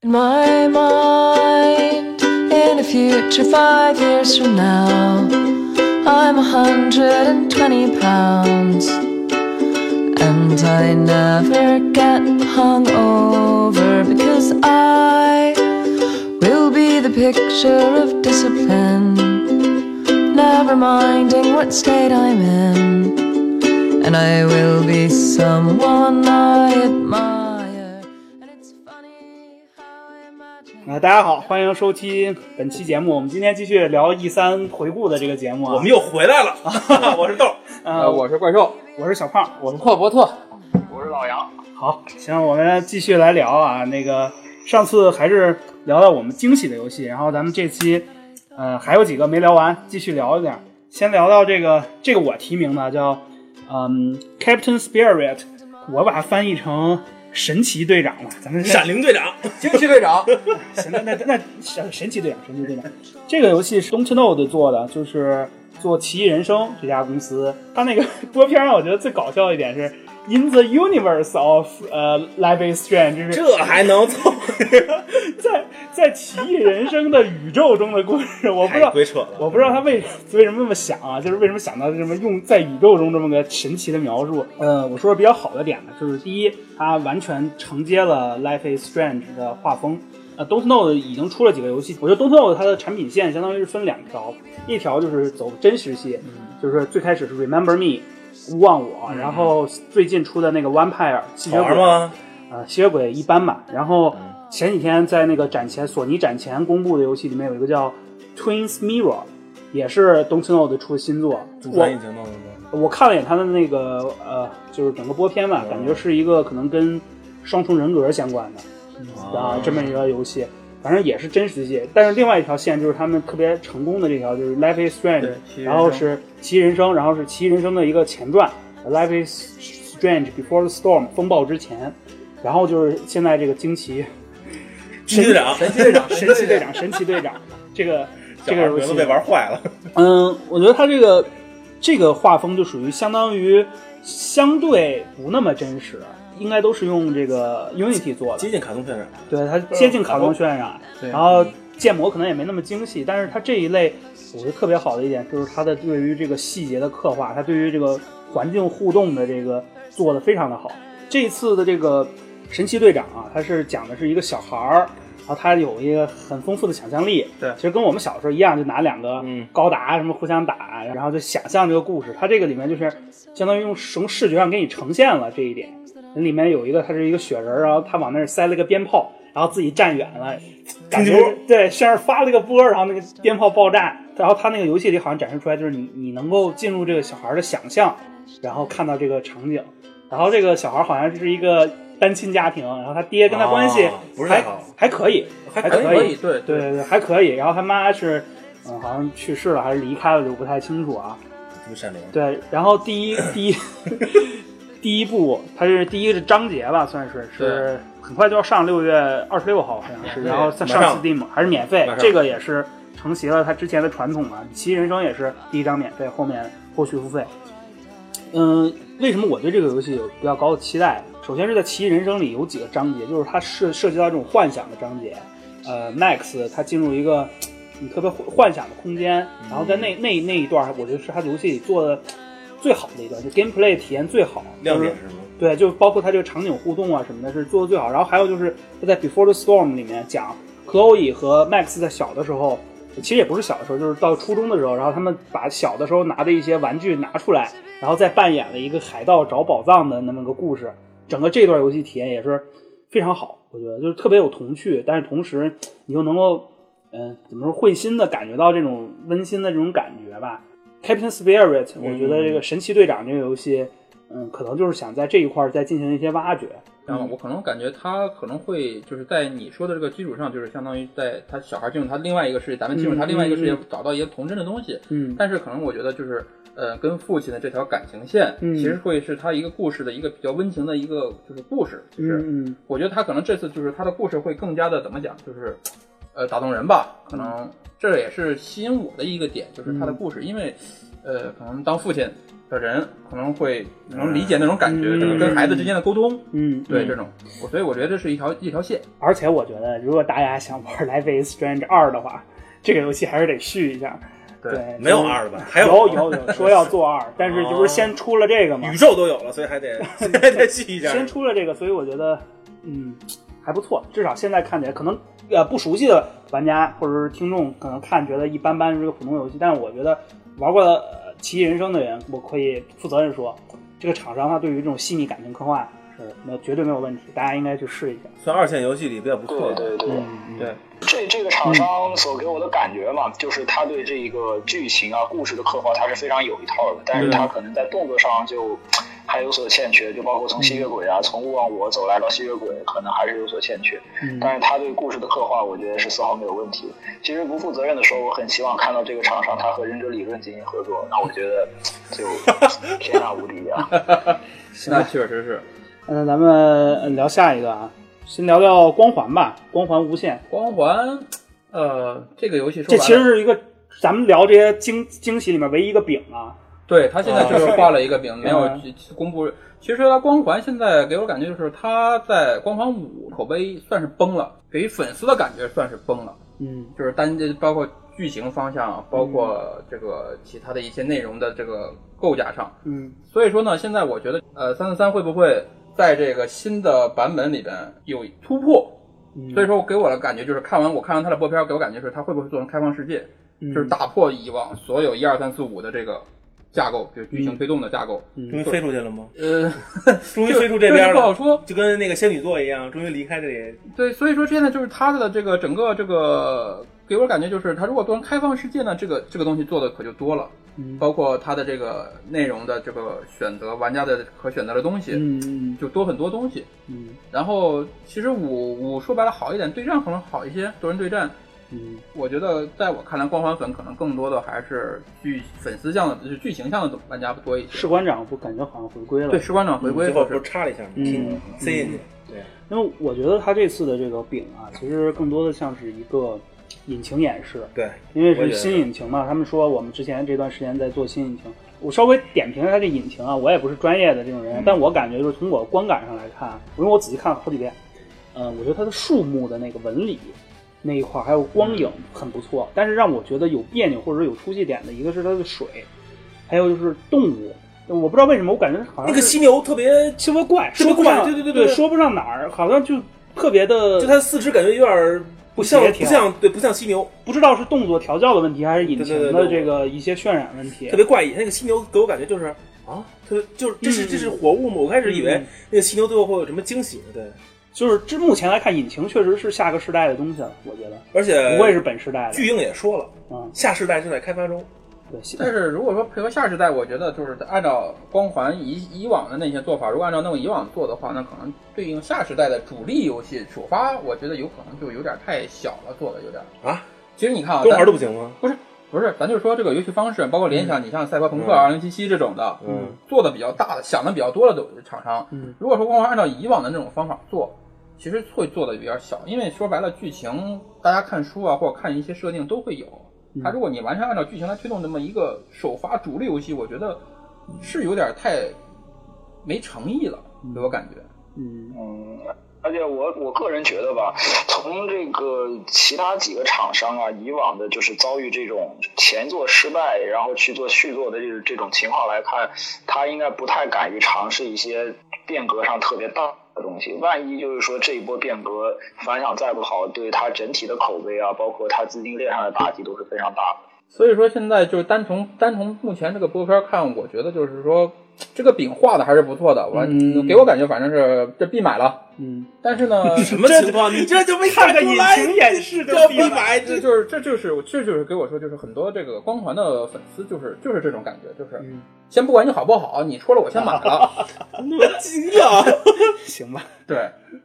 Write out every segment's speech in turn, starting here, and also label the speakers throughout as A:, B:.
A: In my mind, in a future five years from now, I'm 120 pounds. And I never get hung over because I will be the picture of discipline. Never minding what state I'm in. And I will be someone I admire. And it's funny how I imagine.
B: 呃，大家好，欢迎收听本期节目。我们今天继续聊 E 三回顾的这个节目啊。
C: 我们又回来了，啊我是豆，
B: 呃，
D: 呃，我是怪兽，
B: 我是小胖。
D: 我是霍伯特，
B: 好，行，我们继续来聊啊。那个上次还是聊到我们惊喜的游戏，然后咱们这期呃还有几个没聊完，继续聊一点。先聊到这个，这个我提名的叫嗯 Captain Spirit，我把它翻译成神奇队长了。咱们先
C: 闪灵队长，
D: 惊奇队长，
B: 行，那那那神神奇队长，神奇队长，这个游戏是 Don't Know 做的，就是做《奇异人生》这家公司。它那个 播片让我觉得最搞笑一点是 In the Universe of 呃 Life is Strange，就是
C: 这还能凑？
B: 在在《奇异人生》的宇宙中的故事。我不知
C: 太
B: 道，
C: 鬼扯了，
B: 我不知道他为为什么这么想啊，就是为什么想到这么用在宇宙中这么个神奇的描述。呃，我说比较好的点呢，就是第一，它完全承接了《Life is Strange》的画风。呃，Don't Know 已经出了几个游戏，我觉得 Don't Know 它的产品线相当于是分两条，一条就是走真实系，
C: 嗯
B: 就是最开始是 Remember Me。勿忘我，然后最近出的那个《Vampire》吸血
C: 好玩
B: 鬼
C: 吗？
B: 呃，吸血鬼一般吧。然后前几天在那个展前，索尼展前公布的游戏里面有一个叫《Twins Mirror》，也是 Don't Know 的出的新作。
C: 祖
B: 我
C: 传已经弄了吗？
B: 我看了一眼他的那个呃，就是整个播片吧，感觉是一个可能跟双重人格相关的啊这么一个游戏。反正也是真实界，但是另外一条线就是他们特别成功的这条，就是《Life is Strange
C: 对》，奇异人生
B: 然后是《奇异人生》，然后是《奇异人生》的一个前传，《Life is Strange Before the Storm》风暴之前，然后就是现在这个惊奇
C: 神队长，
D: 神 奇队长，
B: 神奇队，长、神奇队长这个这个
C: 小孩
B: 游
C: 名
B: 戏
C: 字被玩坏了，
B: 嗯，我觉得它这个这个画风就属于相当于相对不那么真实，应该都是用这个 Unity 做的
C: 接，近卡通渲染，
B: 对，它接近卡通渲染，
D: 对
B: 然后建模可能也没那么精细，但是它这一类我觉得特别好的一点就是它的对于这个细节的刻画，它对于这个环境互动的这个做的非常的好。这一次的这个神奇队长啊，他是讲的是一个小孩儿，然后他有一个很丰富的想象力。
C: 对
B: 其实跟我们小时候一样，就拿两个
C: 嗯
B: 高达什么互相打，然后就想象这个故事。他这个里面就是相当于用从视觉上给你呈现了这一点。里面有一个，他是一个雪人儿，然后他往那儿塞了个鞭炮，然后自己站远了，感觉
C: 听波
B: 对，像是发了个波，然后那个鞭炮爆炸，然后他那个游戏里好像展示出来，就是你你能够进入这个小孩的想象，然后看到这个场景，然后这个小孩好像是一个单亲家庭，然后他爹跟他关系
C: 哦不是
B: 还、
C: 太好
B: 还可以，还可
D: 可以，对
B: 对对对，还可以。然后他妈是，嗯，好像去世了还是离开了，就不太清楚啊。
C: 这个闪灵，
B: 对，然后第一第一第一部，它是第一个章节吧，算是是很快就要上，六月二十六号好像是，
D: 对
B: 然后再
C: 马上
B: 上 Steam 还是免费
C: 马，上
B: 这个也是承袭了它之前的传统啊。奇异人生也是第一章免费，后面后续付费。嗯，为什么我对这个游戏有比较高的期待？首先是在《奇异人生》里有几个章节，就是它涉涉及到这种幻想的章节。呃，Max 他进入一个你特别幻想的空间，
C: 嗯
B: 然后在那那那一段儿，我觉得是他游戏里做的最好的一段，就 gameplay 体验最好，
C: 亮
B: 就是
C: 点是什么？
B: 对，就包括它这个场景互动啊什么的，是做的最好。然后还有就是他在《Before the Storm》里面讲，Chloe 和 Max 在小的时候，其实也不是小的时候，就是到初中的时候，然后他们把小的时候拿的一些玩具拿出来，然后再扮演了一个海盗找宝藏的那么个故事。整个这段游戏体验也是非常好，我觉得就是特别有童趣，但是同时你又能够，嗯、怎么说，会心的感觉到这种温馨的这种感觉吧。Captain Spirit，我觉得这个神奇队长这个游戏，嗯，可能就是想在这一块儿再进行一些挖掘。
D: 然后我可能感觉他可能会就是在你说的这个基础上，就是相当于在他小孩进入他另外一个世界，咱们进入他另外一个世界
B: 嗯，
D: 找到一些童真的东西。
B: 嗯，
D: 但是可能我觉得就是，呃，跟父亲的这条感情线，
B: 嗯
D: 其实会是他一个故事的一个比较温情的一个就是故事，就是、
B: 嗯嗯
D: 我觉得他可能这次就是他的故事会更加的怎么讲，就是，呃，打动人吧。可
B: 嗯
D: 能这也是吸引我的一个点，就是他的故事，因为，呃，可能当父亲的人可能会能理解那种感觉，
B: 嗯
D: 就是跟孩子之间的沟通，
B: 嗯，
D: 对
B: 嗯
D: 这种，我所以我觉得这是一条一条线。
B: 而且我觉得，如果大家想玩《Life is Strange 二》的话，这个游戏还是得续一下。
D: 对
B: 对，
C: 没有二的吧？还
B: 有
C: 有
B: 有有说要做二，但是这不是先出了这个吗
C: 宇？宙都有了，所以还 得还得记一下。
B: 先出了这个，所以我觉得，嗯，还不错。至少现在看起来，可能呃不熟悉的玩家或者是听众，可能看觉得一般般，是个普通游戏。但是我觉得玩过《呃奇异人生》的人，我可以负责任说，这个厂商他对于这种细腻感情刻画是没有绝对没有问题，大家应该去试一下。
C: 算二线游戏里比较不错啊
E: 对
C: 的。
E: 对对，
B: 嗯，
D: 对，
E: 这这个厂商所给我的感觉嘛，就是他对这个剧情啊、故事的刻画，他是非常有一套的，但是他可能在动作上就还有所欠缺，就包括从吸血鬼啊，从勿忘我走来到吸血鬼，可能还是有所欠缺。
B: 嗯
E: 但是他对故事的刻画，我觉得是丝毫没有问题。其实不负责任的说，我很希望看到这个厂商他和忍者理论进行合作，那我觉得就天下无敌啊！
D: 那确实是
B: 那呃咱们聊下一个啊，先聊聊光环吧，光环无限，
D: 光环，呃，这个游戏说
B: 这
D: 白
B: 其实
D: 了，
B: 是一个咱们聊这些惊惊喜里面唯一一个饼啊。
D: 对他现在就是画了一个饼，没有
B: 嗯
D: 公布。其实他光环现在给我感觉就是他在光环五口碑算是崩了，给于粉丝的感觉算是崩了。
B: 嗯
D: 就是单这包括剧情方向，包括这个其他的一些内容的这个构架上。
B: 嗯
D: 所以说呢，现在我觉得呃，三四三会不会在这个新的版本里边有突破？
B: 嗯，
D: 所以说给我的感觉就是看完我看完他的播片，给我感觉是他会不会做成开放世界，
B: 嗯
D: 就是打破以往所有一二三四五的这个架构，就是剧情推动的架构。
C: 终
B: 嗯
C: 于飞出去了吗？
D: 呃，
C: 终于飞出这边
D: 不好
C: 了，
D: 说。
C: 就跟那个仙女座一样，终于离开这里。
D: 对，所以说现在就是它的这个整个这个给我感觉就是，它如果做成开放世界呢，这个这个东西做的可就多了，
B: 嗯
D: 包括它的这个内容的这个选择，玩家的可选择的东西、
B: 嗯嗯
D: 就多很多东西。
B: 嗯
D: 然后其实五五说白了好一点，对战可能好一些，多人对战。
B: 嗯
D: 我觉得在我看来，光环粉可能更多的还是剧粉丝向的，就是剧情向的玩家多一些。
B: 士官长不感觉好像回归了？
D: 对，士官长回归
C: 最后
D: 就
C: 不是
D: 是
C: 插了一下吗？
B: 嗯
C: 塞进去。对，
B: 因为我觉得他这次的这个饼啊，其实更多的像是一个引擎演示，
C: 对，
B: 因为
C: 我
B: 是
C: 觉得
B: 新引擎嘛，他们说我们之前这段时间在做新引擎，我稍微点评一下这引擎啊，我也不是专业的这种人，
C: 嗯
B: 但我感觉就是从我观感上来看，因为我仔细看了好几遍，嗯、我觉得它的树木的那个纹理那一块儿还有光影
C: 嗯
B: 很不错，但是让我觉得有别扭或者有出戏点的，一个是它的水，还有就是动物，我不知道为什么我感觉好像
C: 那个
B: 是
C: 犀牛特别，
B: 奇怪怪，
C: 说不
B: 不上，
C: 上对对对
B: 对
C: 对
B: 说不上哪儿，好像就特别的，
C: 就它四肢感觉有点不像
B: 不协调
C: 不像对不像犀牛，
B: 不知道是动作调教的问题，还是引擎
C: 对对
B: 的
C: 对对
B: 这个一些渲染问题
C: 特。别怪异。那个犀牛给我感觉就是啊，特别就是这是
B: 嗯
C: 这是活物吗？我开始以为
B: 嗯
C: 那个犀牛最后会有什么惊喜，对，
B: 就是这目前来看，引擎确实是下个时代的东西了，我觉得
C: 而且
B: 不会是本时代的。
C: 巨硬也说了，
B: 嗯，
C: 下世代正在开发中。
B: 对，现
D: 但是如果说配合下时代，我觉得就是按照光环以以往的那些做法，如果按照那种以往做的话，那可能对应下时代的主力游戏首发，我觉得有可能就有点太小了，做的有点
C: 啊。
D: 其实你看啊，
C: 跟
D: 咱
C: 玩都不行吗？
D: 不是不是，咱就说这个游戏方式，包括联想，你像赛博朋克啊二零七七这种的，
C: 嗯，
D: 做的比较大的、想的比较多的都厂商，
B: 嗯，
D: 如果说光环按照以往的那种方法做，其实会做的比较小，因为说白了，剧情大家看书啊，或者看一些设定都会有。它如果你完全按照剧情来推动那么一个首发主力游戏，我觉得是有点太没诚意了，给我感觉。
B: 嗯
E: 嗯，而且我我个人觉得吧，从这个其他几个厂商啊，以往的就是遭遇这种前作失败，然后去做续作的这这种情况来看，他应该不太敢于尝试一些变革上特别大。的东西，万一就是说这一波变革反响再不好，对他整体的口碑啊，包括他资金链上的打击都是非常大的。
D: 所以说现在就是单从单从目前这个播片看，我觉得就是说这个饼画的还是不错的，完、
B: 嗯
D: 给我感觉反正是这必买了。
B: 嗯，
D: 但是 呢，
C: 什么情况？你这就没
B: 看
C: 看
B: 个
C: 出
B: 引
C: 来
B: 擎演示
C: 这
B: 跟
C: 不
B: 必买，
C: 买
D: 这
C: 这
D: 就是这就是这就是给我说就是很多这个光环的粉丝就是就是这种感觉，就是、
B: 嗯
D: 先不管你好不好，你说了我先买 了。
C: 我惊了。
B: 行吧？
D: 对，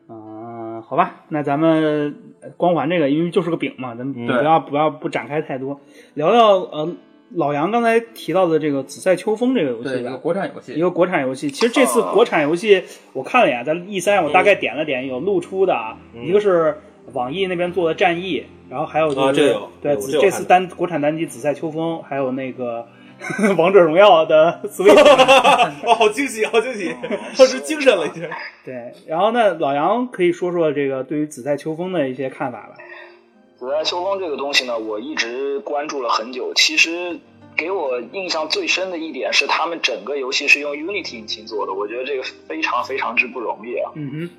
B: 嗯，好吧，那咱们呃光环这个，因为就是个饼嘛，咱们不
D: 对
B: 要不要不展开太多，聊聊呃老杨刚才提到的这个《紫塞秋风》这个游
D: 对
B: 戏
D: 一个
B: 吧。
D: 国产游戏，
B: 一个国产游戏，其实这次
E: 啊
B: 国产游戏我看了一眼，在 E
C: 嗯
B: 三我大概点了点，有露出的啊，一个是网易那边做的《战役》，然后还有
C: 啊
B: 就
C: 这
B: 是
C: 有
B: 对
C: 有
B: 紫
C: 这有
B: 这
C: 看
B: 次
C: 到
B: 单国产单机《紫塞秋风》，还有那个 王者荣耀 的 Switch。
C: 哦，好惊喜， 好惊喜，当时精神了一下。
B: 对，然后呢，老杨可以说说这个对于紫菜秋风的一些看法吧。
E: 紫外秋风这个东西呢，我一直关注了很久。其实给我印象最深的一点是，他们整个游戏是用 Unity 引擎做的，我觉得这个非常非常之不容易啊！
B: 嗯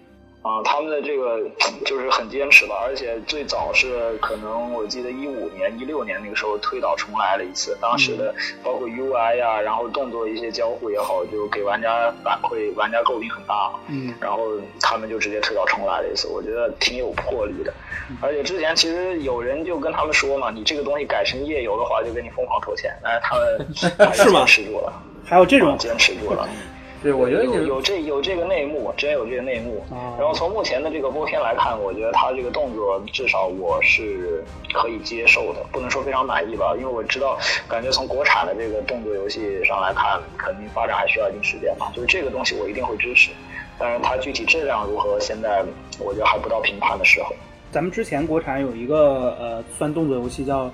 E: 啊，他们的这个就是很坚持吧，而且最早是可能我记得一五年、一六年那个时候推倒重来了一次，当时的包括 UI 呀、然后动作一些交互也好，就给玩家反馈，玩家诟病很大啊。
B: 哼，嗯
E: 然后他们就直接推倒重来了一次，我觉得挺有魄力的。
C: 嗯
E: 而且之前其实有人就跟他们说嘛，你这个东西改成页游的话，就给你疯狂投钱，但是他 们还
C: 是吗
E: 坚持住了，
B: 还有这种
E: 坚持住了。
D: 对，我觉得
E: 有
D: 有
E: 有这有这个内幕，真有这个内幕。
B: 哦
E: 然后从目前的这个播片来看，我觉得他这个动作至少我是可以接受的，不能说非常满意吧，因为我知道，感觉从国产的这个动作游戏上来看，肯定发展还需要一定时间嘛。就是这个东西我一定会支持，但是它具体质量如何，现在我觉得还不到评判的时候。
B: 咱们之前国产有一个呃，算动作游戏叫《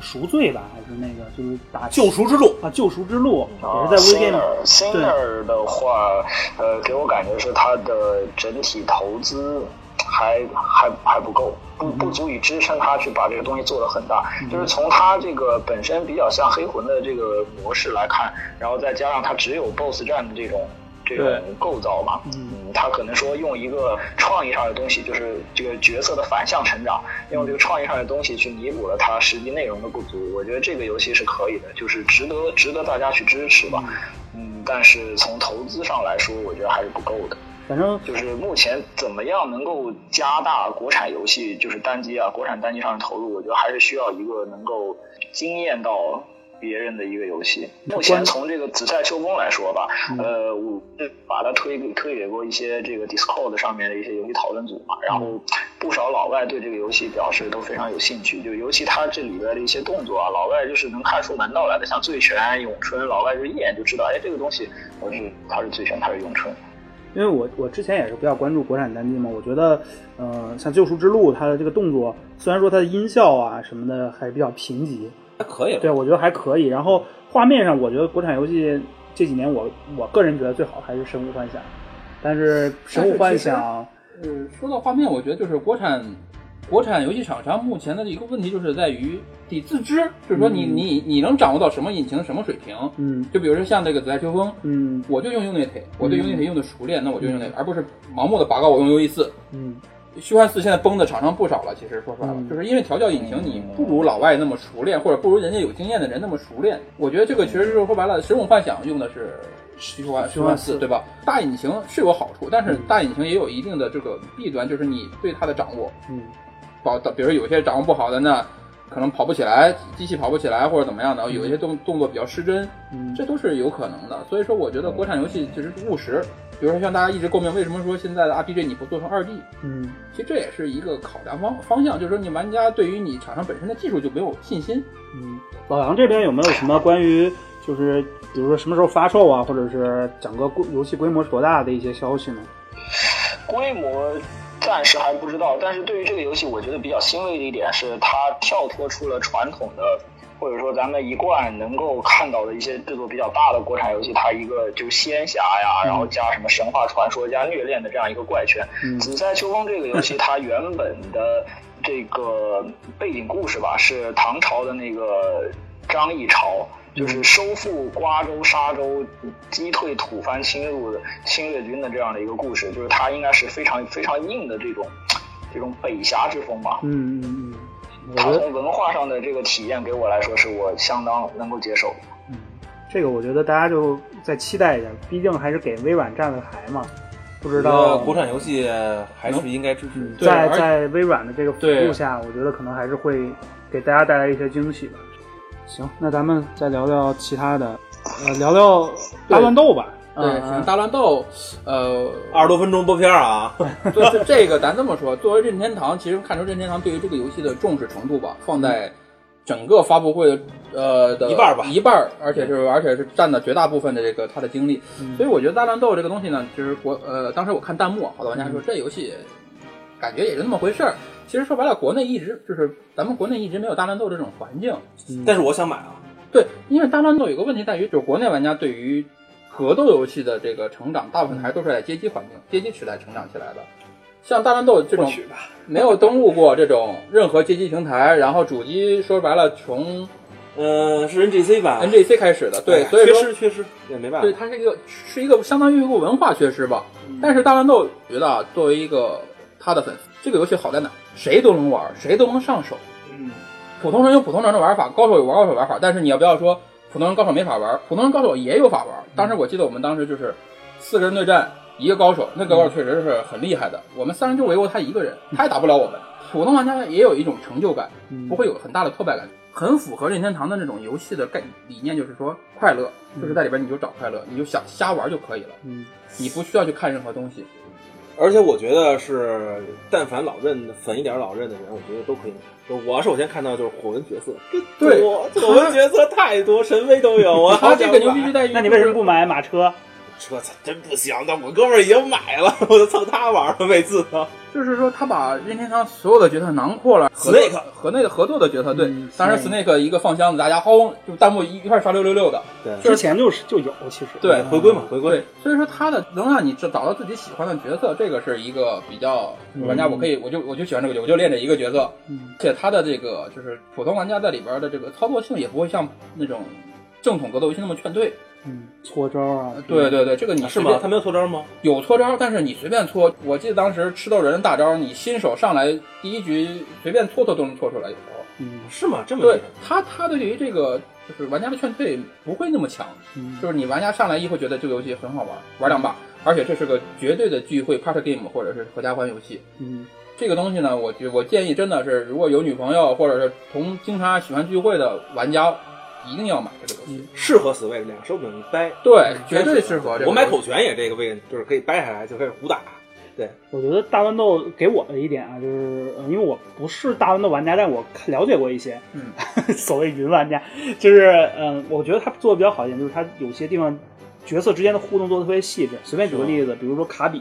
B: 赎罪》吧，还是那个就是打
C: 救赎之路，
B: 啊《救赎之路》，
E: 啊
B: 也是在 WeGame
E: Sinner Sinner 的话，呃，给我感觉是它的整体投资还还还不够，不
B: 嗯
E: 不足以支撑它去把这个东西做得很大。就是从它这个本身比较像黑魂的这个模式来看，然后再加上它只有 BOSS 战的这种。这种
D: 对
E: 构造嘛，嗯，他可能说用一个创意上的东西，就是这个角色的反向成长，用这个创意上的东西去弥补了它实际内容的不足。我觉得这个游戏是可以的，就是值得值得大家去支持吧。嗯，但是从投资上来说，我觉得还是不够的。
B: 反正
E: 就是目前怎么样能够加大国产游戏，就是单机啊，国产单机上的投入，我觉得还是需要一个能够惊艳到别人的一个游戏。目前从这个《紫菜秋风》来说吧，呃，我把它推给推给过一些这个 Discord 上面的一些游戏讨论组嘛，然后不少老外对这个游戏表示都非常有兴趣，就尤其它这里边的一些动作啊，老外就是能看出门道来的，像醉拳、咏春，老外就是一眼就知道，哎，这个东西我是它是醉拳，它是咏春。
B: 因为我我之前也是比较关注国产单机嘛，我觉得，呃，像《救赎之路》它的这个动作，虽然说它的音效啊什么的还比较贫瘠，
C: 还可以了。
B: 对我觉得还可以。然后画面上，我觉得国产游戏这几年我我个人觉得最好还是《神武幻想》，但是《神武幻想》
D: 呃，说到画面，我觉得就是国产国产游戏厂商目前的一个问题，就是在于你自知，就是说你、
B: 嗯
D: 你你能掌握到什么引擎什么水平。
B: 嗯
D: 就比如说像这个《紫带秋风》，
B: 嗯
D: 我就用 Unity，我对 Unity 用的熟练，那我就用 Unity，而不是盲目的拔高我用 UE 四。
B: 嗯
D: 虚幻四现在崩的厂商不少了，其实说出来了，
B: 嗯
D: 就是因为调教引擎你不如老外那么熟练，或者不如人家有经验的人那么熟练。我觉得这个其实就是说白了，神武幻想用的是虚幻
B: 虚
D: 虚
B: 幻
D: 幻
B: 四嗯
D: 四，对吧？大引擎是有好处，但是大引擎也有一定的这个弊端，就是你对它的掌握，
B: 嗯
D: 保比如说有些掌握不好的那。可能跑不起来，机器跑不起来，或者怎么样的，有一些动动作比较失真，
B: 嗯，
D: 这都是有可能的。所以说，我觉得国产游戏其实务实。比如说，像大家一直诟病，为什么说现在的 RPG 你不做成二 D？
B: 嗯
D: 其实这也是一个考量方方向，就是说你玩家对于你厂商本身的技术就没有信心。
B: 嗯。老杨这边有没有什么关于就是比如说什么时候发售啊，或者是整个规游戏规模是多大的一些消息呢？
E: 规模暂时还不知道，但是对于这个游戏，我觉得比较欣慰的一点是，它跳脱出了传统的，或者说咱们一贯能够看到的一些制作比较大的国产游戏，它一个就是仙侠呀，然后加什么神话传说加虐恋的这样一个怪圈。
B: 嗯
E: 紫塞秋风》这个游戏，它原本的这个背景故事吧，是唐朝的那个张议潮，
B: 嗯
E: 就是收复瓜州、沙州，击退吐蕃侵入的侵略军的这样的一个故事，就是它应该是非常非常硬的这种这种北峡之风吧。
B: 嗯嗯嗯，我觉
E: 它
B: 得
E: 从文化上的这个体验给我来说，是我相当能够接受的。
B: 嗯这个我觉得大家就再期待一下，毕竟还是给微软站了台嘛。不知
C: 知道嗯
B: 道
C: 国产游戏还是应该支持。
D: 对
B: 在
D: 而
B: 在微软的这个辅助
D: 对
B: 下，我觉得可能还是会给大家带来一些惊喜吧。行，那咱们再聊聊其他的，呃，聊聊大乱斗吧。
D: 对，
B: 嗯
D: 像大乱斗，呃，
C: 二十多分钟播片儿啊，
D: 就是这个，咱这么说，作为任天堂，其实看出任天堂对于这个游戏的重视程度吧，放在整个发布会的呃的
C: 一半儿吧
D: 一半儿，而且是而且是占了绝大部分的这个它的精力。
B: 嗯
D: 所以我觉得大乱斗这个东西呢，就是国呃，当时我看弹幕啊，好多玩家
C: 嗯
D: 说这游戏感觉也就那么回事儿。
B: 嗯
D: 其实说白了，国内一直就是咱们国内一直没有大乱斗这种环境，
C: 但是我想买啊，
D: 对，因为大乱斗有个问题在于，就是国内玩家对于格斗游戏的这个成长，大部分还都是在街机环境、
C: 嗯
D: 街机时代成长起来的。像大乱斗这种
B: 去吧，
D: 没有登录过这种任何街机平台，然后主机说白了从
C: 呃，是 NGC 吧
D: NGC 开始的，
C: 哎
D: 对，
C: 呀
D: 所以
C: 缺
D: 说
C: 失缺失也没办法
D: 对，它是一个是一个相当于一个文化缺失吧。但是大乱斗，我觉得啊，作为一个他的粉丝，这个游戏好在哪？谁都能玩，谁都能上手。
B: 嗯，
D: 普通人有普通人的玩法，高手有高手玩法，但是你要不要说普通人高手没法玩？普通人高手也有法玩。当时我记得我们当时就是四个人对战一个高手，那个高手确实是很厉害的，我们三人就围过他一个人，他也打不了我们。普通玩家也有一种成就感，
B: 嗯
D: 不会有很大的挫败感，很符合任天堂的那种游戏的概理念，就是说快乐，就是在里边你就找快乐，你就想瞎玩就可以了，
B: 嗯，
D: 你不需要去看任何东西。
C: 而且我觉得是，但凡老任的粉一点老任的人，我觉得都可以。就我首先看到就是火纹角色，
D: 对
C: 多火纹角色太多，神威都有啊。
D: 他这个牛逼就在于，
B: 那你为什么不买马车？
C: 车操真不行，但我哥们儿已经买了， 我就蹭他玩了，每次都。
D: 就是说，他把任天堂所有的角色囊括了合作
C: Snake
D: 和那个合作的角色，对
B: 嗯，
D: 当时 Snake 一个放箱子，大家轰，就弹幕一一块刷六六六的，
B: 之前就是就有，其实
D: 对
C: 嗯回归嘛，回归
D: 对。，所以说他的能让你找到自己喜欢的角色，这个是一个比较玩家，我可以，我就我就喜欢这个角色，我就练这一个角色，
B: 嗯
D: 而且他的这个就是普通玩家在里边的这个操作性也不会像那种正统格斗游戏那么劝退，
B: 嗯，搓招啊，
D: 对对对，这个你
C: 是
D: 随
C: 吗
D: 便？
C: 他没有错招吗？
D: 有搓招，但是你随便搓。我记得当时吃豆人大招，你新手上来第一局随便搓搓都能搓出来，有时候。
B: 嗯
C: 是吗？这么厉
D: 对
C: 害？
D: 他，他对于这个就是玩家的劝退不会那么强，
B: 嗯，
D: 就是你玩家上来一会觉得这个游戏很好玩，玩两把，而且这是个绝对的聚会 party game 或者是合家欢游戏。
B: 嗯
D: 这个东西呢，我觉我建议真的是如果有女朋友或者是同经常喜欢聚会的玩家，一定要买这个游戏。
C: 适合 Switch 两手柄一掰，
D: 对，绝对适合这个游戏。
C: 嗯我买口拳也这个位置，就是可以掰下来就开始胡打。
B: 我觉得大乱斗给我的一点啊，就是呃因为我不是大乱斗玩家，但我看了解过一些，
D: 嗯，
B: 所谓云玩家，就是嗯，我觉得他做的比较好一点，就是他有些地方角色之间的互动做的特别细致。随便举个例子，比如说卡比，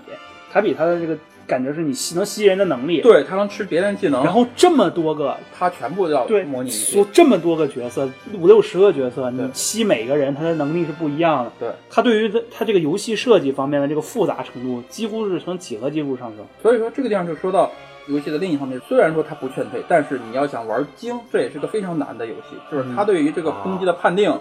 B: 卡比他的这个感觉是你吸能吸人的能力，，
D: 对他能吃别人技能，
B: 然后这么多个
D: 他全部要
B: 对
D: 模拟一
B: 所
D: 遍。
B: 这么多个角色，五六十个角色，你
D: 对
B: 吸每个人他的能力是不一样的。
D: 对，
B: 他对于他这个游戏设计方面的这个复杂程度，几乎是呈几何级数上升。
D: 所以说这个地方就说到游戏的另一方面，虽然说它不劝退，但是你要想玩精，这也是个非常难的游戏。就是它对于这个攻击的判定，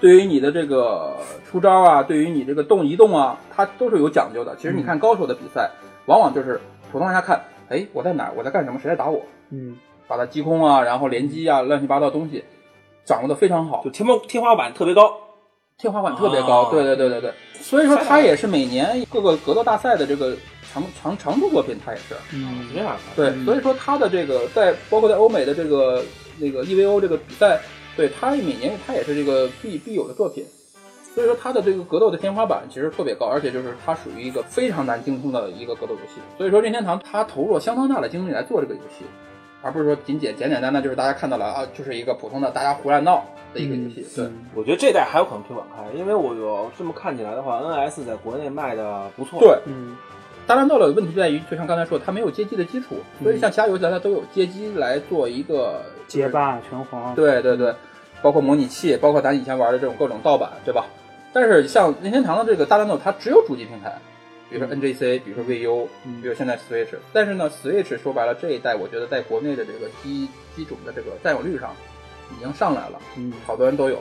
D: 对于你的这个出招啊，对于你这个动移动啊，它都是有讲究的。其实你看高手的比赛，往往就是普通玩家看，哎，我在哪儿，我在干什么，谁在打我，
B: 嗯，
D: 把它击空啊，然后连击啊，乱七八糟东西掌握的非常好
C: 就。天猫天花板特别高，
D: 天花板特别高，
C: 啊
D: 对对对对对，所以说它也是每年各个格斗大赛的这个常常常驻作品，它也是。
C: 没办法。
D: 对，
B: 嗯
D: 所以说他的这个在包括在欧美的这个那个 EVO 这个比赛，对他每年他也是这个必必有的作品，所以说他的这个格斗的天花板其实特别高，而且就是它属于一个非常难精通的一个格斗游戏，所以说任天堂他投入了相当大的精力来做这个游戏，而不是说仅简简简单单就是大家看到了啊，就是一个普通的大家胡乱闹的一个游
B: 嗯
D: 戏，对。
C: 我觉得这代还有可能推广开，因为我有这么看起来的话，NS 在国内卖的不错。
D: 对，
B: 嗯
D: 大乱斗的问题在于，就像刚才说的，它没有街机的基础，所以像其他游戏它都有街机来做一个
B: 街霸、拳皇，
D: 对对对，包括模拟器，包括咱以前玩的这种各种盗版，对吧？但是像任天堂的这个大乱斗，它只有主机平台，
C: 嗯
D: 比如说 NGC，比如说 VU，、
B: 嗯
D: 比如现在 Switch。但是呢，Switch 说白了这一代，我觉得在国内的这个机机种的这个占有率上已经上来了，
B: 嗯
D: 好多人都有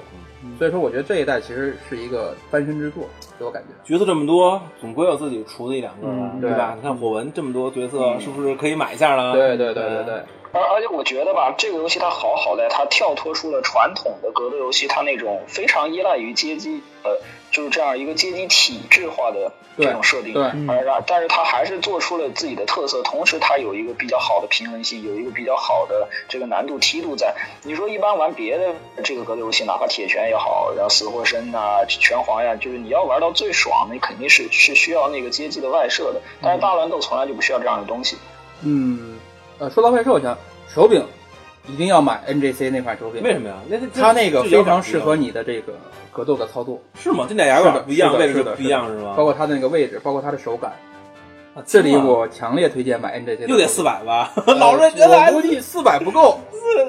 B: 嗯。
D: 所以说，我觉得这一代其实是一个翻身之作，给我感觉。
C: 角色这么多，总归有自己出的一两个吧，
B: 嗯
C: 对吧？你看火纹这么多角色，是不是可以买一下了？
D: 啊嗯对对对对对，
E: 而而且我觉得吧，这个游戏它好好在它跳脱出了传统的格斗游戏，它那种非常依赖于街机，呃，就是这样一个街机体制化的这种设定。
D: 对
B: 嗯
E: 而然，但是它还是做出了自己的特色，同时它有一个比较好的平衡性，有一个比较好的这个难度梯度在。你说一般玩别的这个格斗游戏，哪怕铁拳也好，然后死或身呐、拳皇呀，就是你要玩到最爽，你肯定是是需要那个街机的外设的。但是大乱斗从来就不需要这样的东西。
D: 嗯，呃，说到外设，我想手柄一定要买 NGC 那款手柄，
C: 为什么呀？那
D: 它那个非常适合，你的这个格斗的操作，
C: 是吗？这俩摇杆
D: 是的
C: 不一样，
D: 是的
C: 位置
D: 是
C: 就
D: 的
C: 不一样是吗
D: 包？括它的那个位置，包括它的手感。
C: 啊
D: 这里
C: 真的吗
D: 我强烈推荐买 NGC，的
C: 又得四百吧？
D: 呃
C: 老任觉得
D: 我
C: 还
D: 估计四百不够，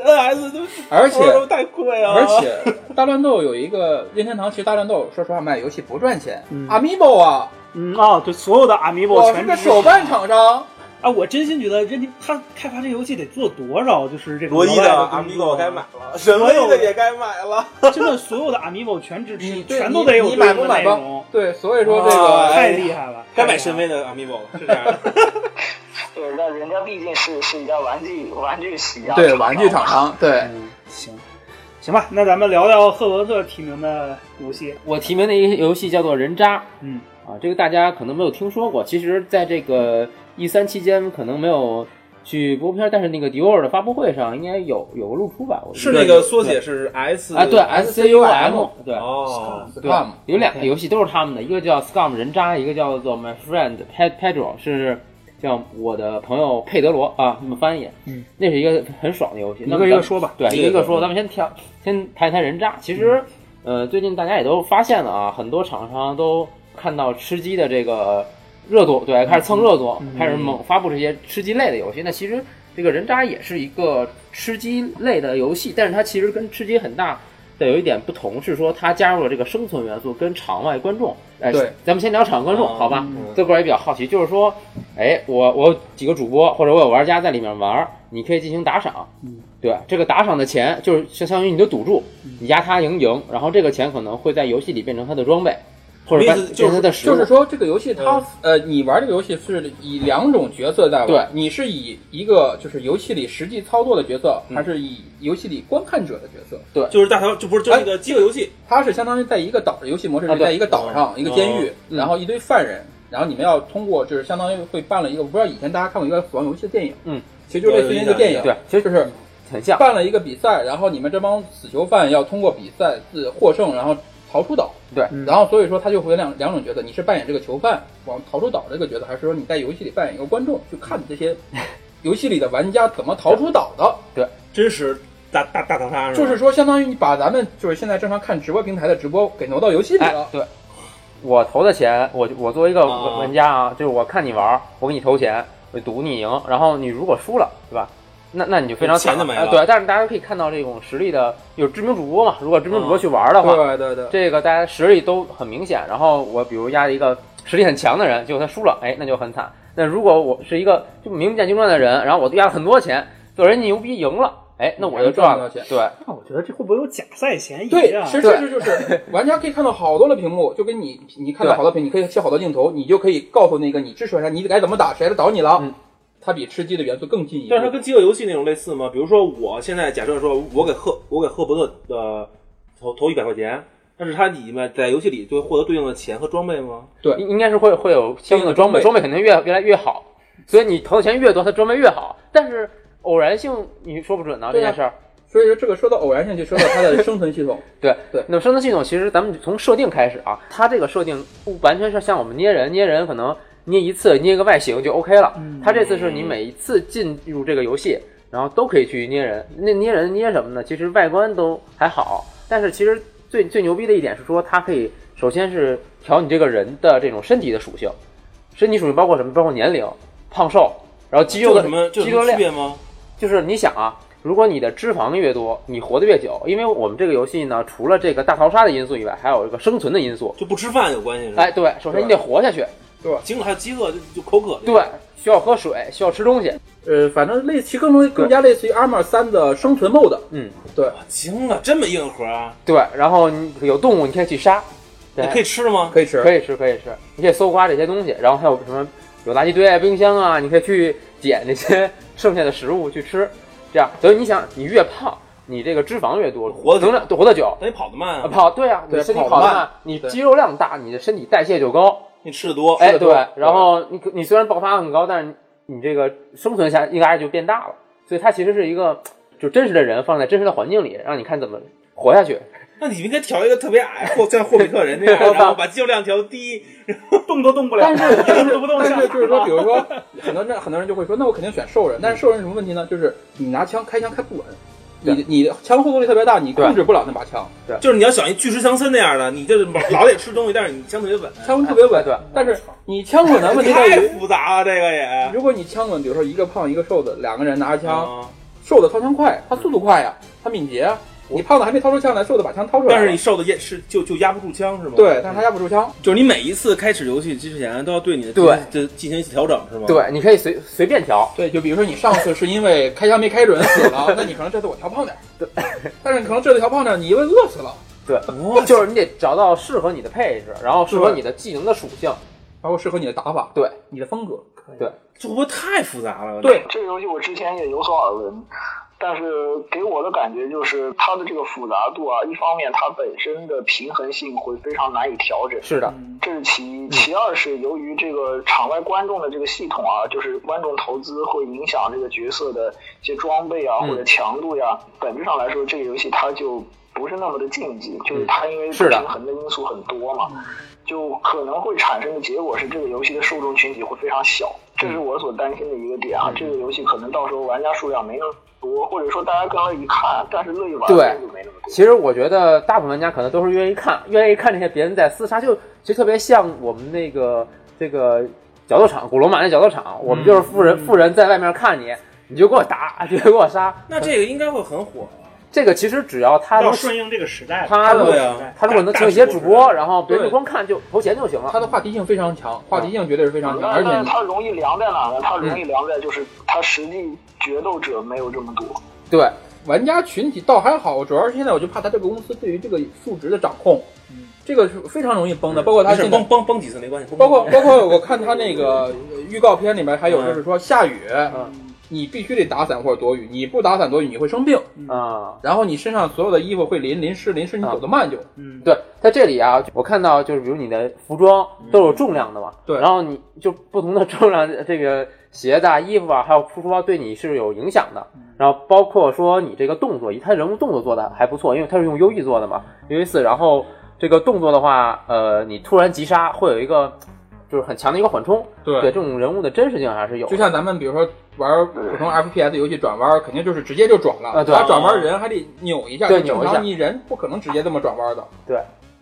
C: NS 都
D: 而且
C: 都太贵啊！
D: 而且大乱斗有一个任天堂，其实大乱斗说实话卖游戏不赚钱、
B: 嗯
D: a m i i b o 啊，
B: 嗯啊，对，所有的 Amiibo
D: 我是
B: 全
D: 个
B: 支持
D: 手办厂商，
B: 啊，我真心觉得任天他开发这游戏得做多少，就是这个
C: 罗伊
B: 额外
C: 的
B: 的
C: Amigo 该买了， 神威的也该买了。
B: 了，真的所有的 Amiibo 全支持
D: 你，对
B: 全都得有
D: 你你
B: 对
D: 买
B: 应
D: 不
B: 的
D: 买
B: 内
D: 吧
B: 容，？
D: 对，所以说这个、哎
C: 啊
B: 太厉害了，
C: 该买
B: 太厉
C: 神
B: 害了
C: 威的 Amigo 了，是这样的。
E: 对，但人家毕竟是是一家玩具玩具起家，
D: 对玩具厂商，对，
B: 嗯，行，行吧，那咱们聊聊赫伯特提名的游戏，
F: 我提名的一个游戏叫做《人渣》
B: 嗯
F: 啊，这个大家可能没有听说过。其实，在这个 E 三期间，可能没有去播片，但是那个迪奥尔的发布会上应该有有个露出吧？我
C: 是
F: 觉得
C: 那个缩写是 S
F: 啊，对 S C U M，对。
C: 哦，
D: 对
F: 对，有两个游戏都是他们的，一个叫 Scum 人渣，一个叫做 My Friend Ped- Pedro，是叫我的朋友佩德罗啊，这么翻译。
B: 嗯，
F: 那是一个很爽的游戏。
B: 一
F: 那么
B: 个一
F: 咱
B: 个说吧，嗯
F: 对，
C: 对
F: 一个一个
C: 对
F: 说，咱们先挑，先谈一谈人渣。其实，呃，最近大家也都发现了啊，很多厂商都看到吃鸡的这个热度，对，开始蹭热度，开始猛发布这些吃鸡类的游戏。那其实这个人渣也是一个吃鸡类的游戏，但是它其实跟吃鸡很大。的有一点不同是说，它加入了这个生存元素跟场外观众。哎，
D: 对，
F: 咱们先聊场外观众，
D: 啊
C: 嗯
F: 好吧？
C: 嗯
F: 对过来也比较好奇，就是说，哎，我我有几个主播或者我有玩家在里面玩，你可以进行打赏，
B: 嗯，
F: 对，这个打赏的钱就是相相当于你的赌注，你压他赢赢，然后这个钱可能会在游戏里变成他的装备，或者
C: 意
F: 变
C: 思
F: 变成他的食物，
D: 就是说这个游戏它、
C: 嗯
D: 呃，你玩这个游戏是以两种角色在玩，
F: 对
D: 你是以一个就是游戏里实际操作的角色，
F: 嗯
D: 还是以游戏里观看者的角色？
C: 就是大头，就不是就那个饥饿游戏，
D: 它是相当于在一个岛，游戏模式
F: 啊
D: 是
F: 对
D: 在一个岛上，一个监狱，
F: 嗯
D: 然后一堆犯人，然后你们要通过就是相当于会办了一个，我不知道以前大家看过一个死亡游戏的电影，
F: 嗯，
D: 其实就类似于那个电影，
F: 对，其实
D: 就是
F: 很像，
D: 办了一个比赛，然后你们这帮死囚犯要通过比赛自获胜，然后逃出岛。
F: 对
B: 嗯
D: 然后所以说他就会有两两种角色，你是扮演这个囚犯往逃出岛这个角色，还是说你在游戏里扮演一个观众，去看这 些游戏里的玩家怎么逃出岛的？
C: 真实大大大逃杀
D: 就是是说，相当于你把咱们就是现在正常看直播平台的直播给挪到游戏 里
F: 哎
D: 了，。
F: 对，我投的钱，我我作为一个
C: 啊
F: 玩玩家啊，就是我看你玩，我给你投钱，我赌你赢，然后你如果输了，对吧？那那你就非常
C: 钱
F: 惨
C: 就没了
F: 哎对，但是大家可以看到这种实力的有知名主播嘛，如果知名主
C: 嗯
F: 播去玩的话，
D: 对对对，
F: 这个大家实力都很明显。然后我比如压一个实力很强的人，结果他输了，哎，那就很惨。那如果我是一个就名不见经传的人，然后我压了很多钱，有人牛逼赢了，哎，那我就赚
D: 还
F: 了。
D: 能赚
F: 对，
B: 那我觉得这会不会有假赛嫌疑
D: 对，
B: 啊？
D: 其实这就是玩家可以看到好多的屏幕，就跟你你看到
F: 对
D: 好多屏，你可以切好多镜头，你就可以告诉那个你支持玩家你该怎么打，谁来找你了。
F: 嗯
D: 它比吃鸡的元素更进一步
C: 但是它。跟饥饿游戏那种类似吗？比如说，我现在假设说，我给赫我给赫伯特呃投投一百块钱，但是他里面在游戏里就会获得对应的钱和装备吗？
D: 对
F: 应应该是会会有相应的装备，
D: 相
F: 装备肯定越越来越好，所以你投的钱越多，它装备越好。但是偶然性你说不准呢、这
D: 对啊
F: 件事儿。
D: 所以说这个说到偶然性，就说到它的生存 系统。
F: 对
D: 对
F: 那么生存系统其实咱们从设定开始啊，它这个设定不完全是像我们捏人，捏人可能捏一次捏一个外形就 OK 了。它这次是你每一次进入这个游戏，然后都可以去捏人。那捏人捏什么呢？其实外观都还好，但是其实最最牛逼的一点是说，它可以首先是调你这个人的这种身体的属性，身体属性包括什么？包括年龄、胖瘦，然后肌
C: 这
F: 肉
C: 有
F: 的
C: 什么这有
F: 肌
C: 什
F: 肉
C: 么区
F: 量。
C: 别吗？
F: 就是你想啊，如果你的脂肪越多，你活得越久。因为我们这个游戏呢，除了这个大逃杀的因素以外，还有一个生存的因素。
C: 就不吃饭有关系是吧？
F: 哎，对，首先你得活下去，
C: 尽管还有饥饿就就口渴。
F: 对，需要喝水，需要吃东西。
D: 呃，反正类其实更容易更加类似于 Armor 三的生存 mode。
F: 嗯，
C: 啊惊了，这么硬核啊！
F: 对。然后你有动物，你可以去杀，对
C: 你可以吃吗？
D: 可以吃，
F: 可以吃，可以吃，你可以搜刮这些东西。然后还有什么有垃圾堆啊、冰箱啊，你可以去捡这些剩下的食物去吃。这样，所以你想，你越胖，你这个脂肪越多，
C: 活得久
F: 能量对活得久。
C: 但你跑得慢
F: 啊
C: 啊，
F: 跑对啊，你
D: 对
F: 身体
D: 跑得
F: 跑得
D: 慢
F: 慢，你
D: 对
F: 肌肉量大，你的身体代谢就高，
C: 你吃的多。
F: 哎，
D: 得
F: 对
D: 多，对
F: 然后你可你虽然爆发很高，但是你这个生存下应该就变大了，所以它其实是一个就真实的人放在真实的环境里，让你看怎么活下去。
C: 那你应该调一个特别矮，或像霍比特人 那样，然后把肌肉量调低，
B: 动都动不了，
D: 但是
B: 动都不动，
D: 但
B: 像
D: 是就是说，比如说，很多人很多人就会说，那我肯定选兽人。但是兽人什么问题呢？就是你拿枪开枪开不稳，你你枪后坐力特别大，你控制不了那把枪，
C: 就是你要想一巨石强森那样的，你就是老得吃东西，但是你相对稳。
D: 枪特别稳。
F: 对，
D: 但是你枪稳的问题在
C: 太
D: 于，
C: 复杂了，这个也。
D: 如果你枪稳，比如说一个胖一个瘦子，两个人拿着枪，
C: 啊，
D: 瘦的掏枪快，他速度快呀，他敏捷啊。你胖子还没掏出枪来，瘦的把枪掏出来了。
C: 但是你受的压是就就压不住枪是吗？
D: 对，但是他压不住枪。
C: 就是你每一次开始游戏之前都要对你的
F: 对
C: 就进行一次调整是吗？，
F: 对，你可以随随便调，
D: 对，就比如说你上次是因为开枪没开准死了，那你可能这次我调胖点儿。但是你可能这次调胖点儿，你因为饿死了。
F: 对，就是你得找到适合你的配置，然后适合你的技能的属性，
D: 包括适合你的打法，
F: 对，
D: 你的风格。
F: 对，
C: 这会不会太复杂了？
D: 对
E: 这个游戏我之前也有所耳闻，但是给我的感觉就是它的这个复杂度啊，一方面它本身的平衡性会非常难以调整，
F: 是的，
E: 这是其
F: 嗯
E: 一；其二是由于这个场外观众的这个系统啊，就是观众投资会影响这个角色的一些装备啊
F: 嗯
E: 或者强度呀、本质上来说，这个游戏它就不是那么的竞技，就是它因为
F: 嗯是
E: 不
F: 的
E: 平衡的因素很多嘛。就可能会产生的结果是这个游戏的受众群体会非常小，这
F: 嗯
E: 是我所担心的一个点啊。这个游戏可能到时候玩家数量没那么多，或者说大家更乐意看，但是乐意玩的
F: 对
E: 人就没那么多。
F: 其实我觉得大部分玩家可能都是愿意看，愿意看这些别人在厮杀，就其实特别像我们那个这个角斗场，古罗马那角斗场，我们就是富人，富人在外面看你，你就给我打， 你就给我杀。
C: 那这个应该会很火。
F: 这个其实只要他
B: 要
F: 能，
B: 顺应这个时代吧。
F: 他
C: 对
F: 能，
C: 啊，
F: 他如果能请一些主播，然后别人
D: 对
F: 就光看就投钱就行
D: 他
F: 了。
D: 的话题性非常强，话题性绝对是非常强，而
E: 但是
D: 且嗯
E: 它容易凉在哪呢？它容易凉在就是它实际决斗者没有这么多。
F: 对，
D: 玩家群体倒还好，主要是现在我就怕他这个公司对于这个数值的掌控，这个是非常容易崩的。包括他
C: 没事
D: 现
C: 嗯崩
D: 在，
C: 崩崩几次没关系，崩
D: 包括包括我看他那个预告片里面还有就是说下雨，你必须得打伞或者躲雨，你不打伞躲雨你会生病，
F: 啊、
D: 然后你身上所有的衣服会淋淋湿，淋湿你走得慢就。
B: 嗯，
F: 对，在这里啊，我看到就是比如你的服装都有重量的嘛，
D: 嗯对
F: 然后你就不同的重量，这个鞋子啊、衣服啊，还有书包对你是有影响的。
D: 嗯
F: 然后包括说你这个动作，他人物动作做的还不错，因为他是用优异做的嘛，
D: 嗯
F: 优异四。然后这个动作的话，呃，你突然急刹会有一个就是很强的一个缓冲，
D: 对
F: 对，这种人物的真实性还是有的
D: 就。像咱们比如说玩普通 FPS 游戏转弯，肯定就是直接就转了。
F: 啊对
D: 他转弯人还得扭一下，
F: 对
D: 你正
F: 扭一下
D: 常你人不可能直接这么转弯的。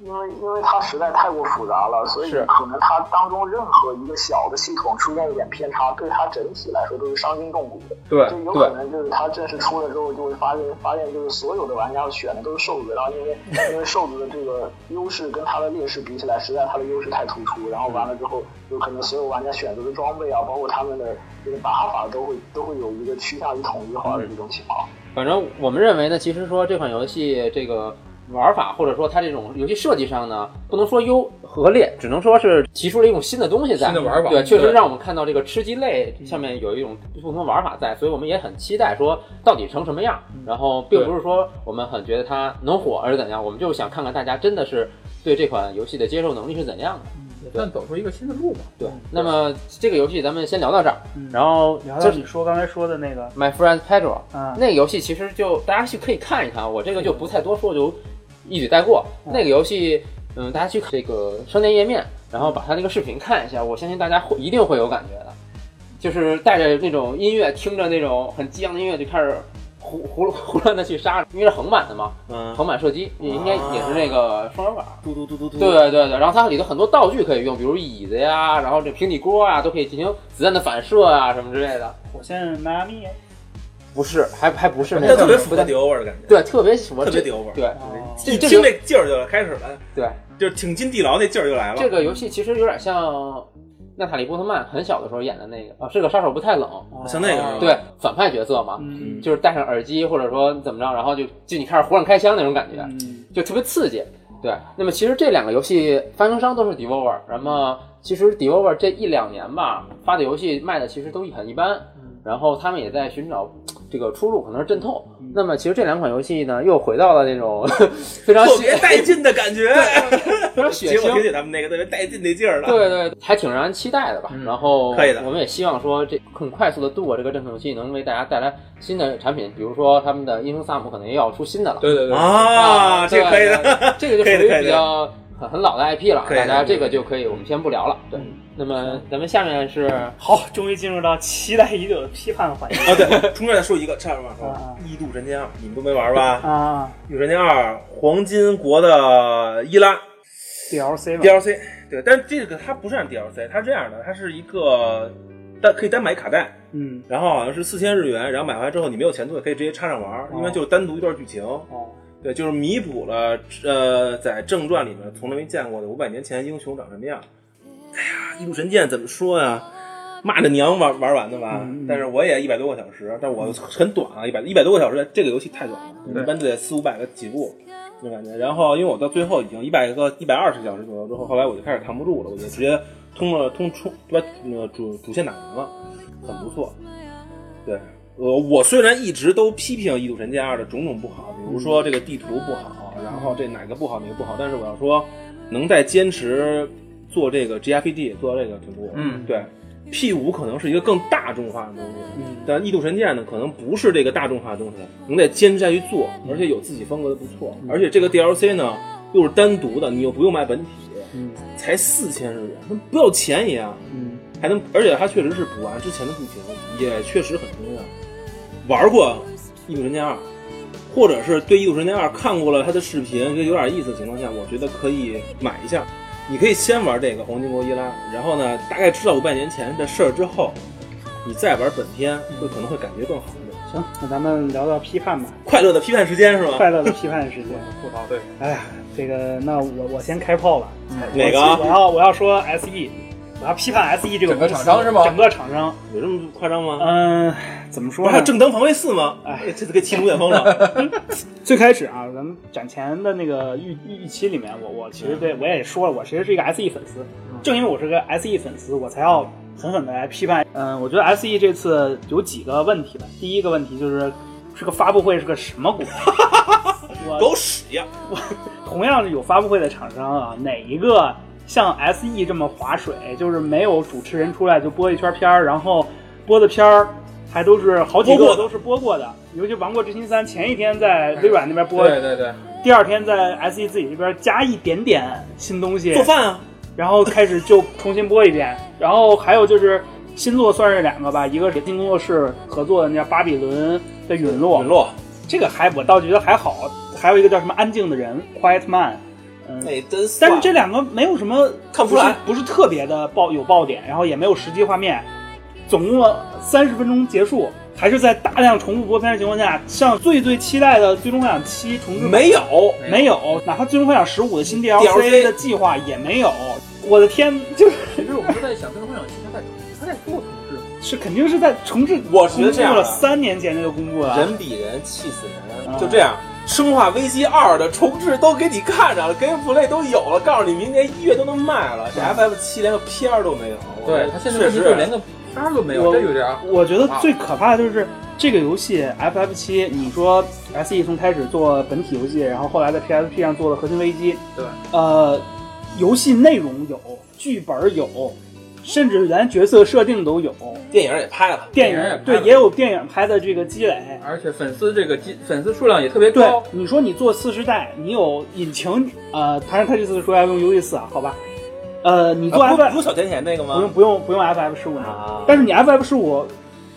E: 因为因为它实在太过复杂了，所以
D: 是
E: 可能它当中任何一个小的系统出现一点偏差，对它整体来说都是伤筋动骨的。
D: 对
E: 就有
D: 对
E: 可，能就是它正式出了之后，就会发现发现就是所有的玩家选的都是瘦子，然 后因为因为瘦子的这个优势跟他的劣势比起来，实在他的优势太突出，然后完了之后，有可能所有玩家选择的装备啊，包括他们的这个打法都会都会有一个趋向于统一化的这种情况。
F: 反正我们认为呢，其实说这款游戏这个玩法，或者说它这种游戏设计上呢，不能说优和劣，只能说是提出了一种新的东西在。
D: 新的玩法
F: 对，确实
D: 对
F: 让我们看到这个吃鸡类上面有一种不同的玩法在，所以我们也很期待说到底成什么样。然后并不是说我们很觉得它能火而是怎样，我们就是想看看大家真的是对这款游戏的接受能力是怎样的。
B: 嗯
D: 也算走出一个新的路吧。
F: 对，那么这个游戏咱们先聊到这儿，
D: 嗯
F: 然后
B: 聊到
F: 就是
B: 你说刚才说的那个，
F: My Friend Pedro，
B: 嗯，
F: 那个游戏其实就大家去可以看一看，我这个就不太多说，就一举带过。那个游戏，嗯，大家去看这个商店页面，然后把它那个视频看一下，我相信大家会一定会有感觉的，就是带着那种音乐，听着那种很激昂的音乐就开始胡胡胡乱的去杀，因为是横版的嘛，
C: 嗯，
F: 横版射击也应该也是那个双人版。
C: 嘟嘟嘟嘟嘟，
F: 对，对对，然后它里头很多道具可以用，比如椅子呀，然后这平底锅啊，都可以进行子弹的反射啊什么之类的。
B: 火线迈阿密，
F: 不是，还还不是那
C: 但特别
F: 不
C: 符合
F: 太
C: The Over 的感觉，
F: 对，特别喜欢
C: 特别
F: 这
C: The Over，
F: 对
B: 哦
F: 这这
C: 听
F: 个
C: 这劲儿就开始了，
F: 对
C: 就是挺进地牢那劲儿就来了。
F: 这个游戏其实有点像娜塔莉波特曼很小的时候演的那个啊，是个杀手不太冷，
C: 像那个是吧？
F: 对反派角色嘛，
B: 啊嗯
F: 就是戴上耳机或者说怎么着，然后就就你开始胡乱开枪那种感觉，
B: 嗯，
F: 就特别刺激。对，那么其实这两个游戏发行商都是 Devolver，那么其实 Devolver 这一两年吧发的游戏卖的其实都很一般，
B: 嗯
F: 然后他们也在寻找这个出路，可能是阵痛。
B: 嗯
F: 那么其实这两款游戏呢，又回到了那种 非常
C: 特
F: 血
C: 别带劲的感觉，
F: 非常血
C: 结果
F: 腥
C: 听见他们那个特别带劲那劲儿了。
F: 对对，还挺让人期待的吧。然后
C: 嗯可以的
F: 我们也希望说这很快速的度过这个阵痛期，能为大家带来新的产品，比如说他们的英雄萨姆可能也要出新的了。
D: 对对对，
C: 啊，这
F: 对
C: 可以
F: 对
C: 的。
F: 对这个就
C: 可以
F: 属
C: 的可以
F: 于
C: 的
F: 比较很很老的 IP 了，
C: 可以的
F: 大
C: 可
F: 家
C: 以的嗯
F: 这个就可以，我们先不聊了。对，那么咱们下面是
B: 好，终于进入到期待已久的批判环节
C: 啊，对， 中间再说一个，差点忘
B: 啊
C: 了，《异度神剑二》，你们都没玩吧？
B: 啊
C: 《异度神剑二》黄金国的伊拉
B: ，DLC 吧，
C: DLC，对，但是这个它不是按 DLC，它是这样的，它是一个单可以单买卡带，
B: 嗯，
C: 然后好像是四千日元，然后买回来之后你没有钱做，可以直接插上玩儿，因为就是单独一段剧情。
B: 哦，
C: 对，就是弥补了呃，在正传里面从来没见过的五百年前英雄长什么样。哎呀，《一路神剑》怎么说呀？骂着娘玩玩完的吧，
B: 嗯嗯
C: 但是我也一百多个小时，但我很短啊，一百一百多个小时，这个游戏太短了，
D: 对
C: 一般都得四五百个起步那种感觉。然后因为我到最后已经一百个一百二十小时左右之后，后来我就开始扛不住了，我就直接通了通冲把那个主主线打赢了，很不错。对，呃，我虽然一直都批评《异度神剑二》的种种不好，比如说这个地图不好，然后这哪个不好哪个不好，但是我要说，能在坚持做这个 GFD 做到这个挺不容易
D: 嗯
C: 对。P 五可能是一个更大众化的东西，
B: 嗯
C: 但《异度神剑》呢，可能不是这个大众化的东西，能在坚持下去做，
B: 嗯
C: 而且有自己风格的不错，而且这个 DLC 呢又是单独的，你又不用买本体，
B: 嗯
C: 才四千日元，那不要钱啊一样，
B: 嗯，
C: 还能，而且它确实是补完之前的剧情，也确实很重要。玩过《异度神剑二》，或者是对《异度神剑二》看过了它的视频，觉得有点意思的情况下，我觉得可以买一下。你可以先玩这个《黄金国伊拉》，然后呢，大概知道五百年前的事儿之后，你再玩本片，会可能会感觉更好一点。
B: 行，那咱们聊聊批判吧，
C: 快乐的批判时间是吗？
B: 快乐的批判时间。
D: 吐槽对，
B: 哎呀，这个那我我先开炮吧。
C: 哪个
B: 我
C: 啊？
B: 要我要说 SE，我要批判 SE 这个
D: 整个
B: 公司
D: 厂商是吗
B: 整个厂商，
C: 有这么夸张吗？
B: 嗯，怎么
C: 不
B: 说
C: 是
B: 呢
C: 还有？正当防卫四吗？
B: 哎，
C: 这次给骑龙卷风了。
B: 最开始啊，咱们展前的那个预预预期里面，我我其实对我也说了，我其实是一个 SE 粉丝，正因为我是个 SE 粉丝，我才要狠狠的来批判。嗯，我觉得 SE 这次有几个问题吧。第一个问题就是，这个发布会是个什么鬼？我
C: 狗屎呀！
B: 同样是有发布会的厂商啊，哪一个像 SE 这么划水，就是没有主持人出来就播一圈片儿，然后播的片儿还都是好几
C: 播过
B: 个
C: 的
B: 都是播过的，尤其《王国之心三》前一天在微软那边播，
D: 对对对，
B: 第二天在 SE 自己这边加一点点新东西
C: 做，饭啊！
B: 然后开始就重新播一遍。然后还有就是新作算是两个吧，一个是新工作室合作的那叫《巴比伦的陨落》，
C: 陨落，
B: 这个还我倒觉得还好。还有一个叫什么《安静的人》（Quiet Man），嗯，
C: 哎，真
B: 但
C: 算
B: 是这两个没有什么
C: 看不出来，
B: 不是特别的爆有爆点，然后也没有实际画面，总共三十分钟结束，还是在大量重复播片的情况下，像最最期待的《最终幻想七》重置版
C: 没有，
B: 没有，哪怕《最终幻想十五》的新
C: DLC
B: DLC 的计划也没有。我的天，就是
D: 其实我们是在想，最终幻想七他在他在做重置吗？
B: 是肯定是在重置，
C: 我觉得
B: 公
C: 这
B: 布
C: 样
B: 了
C: 的
B: 三年前就公布了，
C: 人比人气死人，
B: 啊
C: 就这样。生化危机二的重置都给你看着了，gameplay 都有了，告诉你明年一月都能卖了。这 FF 七连个片儿都没有，
D: 对他现在
C: 确
D: 问题就是
C: 实
D: 连个片儿都没有，
B: 我
D: 这有点儿
B: 我觉得最可怕的就是这个游戏 FF 七，你说 SE 从开始做本体游戏，然后后来在 PSP 上做了《核心危机》，
D: 对，
B: 呃，游戏内容有，剧本有，甚至连角色设定都有，
C: 电影也拍了，
B: 电
D: 电影也
B: 影
D: 拍
B: 对
D: 了
B: 也有电影拍的这个积累，
D: 而且粉丝这个基粉丝数量也特别
B: 对
D: 高，，
B: 你说你做四十代，你有引擎，呃，当然他这次说要用 U E 四啊，好吧，呃，你做
C: 啊
B: F
C: 不不是小甜甜那个
B: 不用
C: 吗？
B: 不用不用 F F 十五呢，
C: 啊
B: 但是你 F F 十五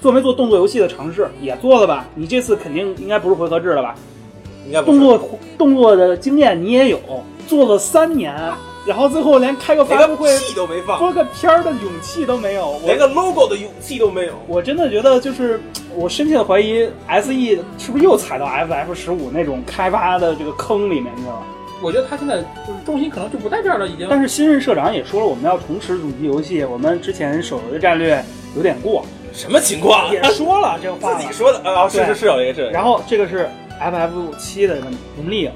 B: 做没做动作游戏的尝试也做了吧？你这次肯定应该不是回合制了吧？
C: 应该不
B: 动
C: 是。
B: 作动作的经验你也有，做了三年，然后最后连开个发
C: 连
B: 布
C: 个
B: 会
C: 屁都没放，
B: 播个片儿的勇气都没有，
C: 连
B: 我。
C: 个 logo 的勇气都没有。
B: 我真的觉得，就是我深切的怀疑，S E 是不是又踩到 F F 十五那种开发的这个坑里面，你知道吗？
D: 我觉得他现在就是重心可能就不在这儿了，已经。
B: 但是新任社长也说了，我们要重拾主机游戏，我们之前手游的战略有点过，
C: 什么情
D: 啊
C: 况？啊
B: 也说了这话
C: 自
B: 了
C: 己说的啊，是是
B: 对
C: 是有一个是有一个。
B: 然后这个是 FF 七的问题，古墓丽影，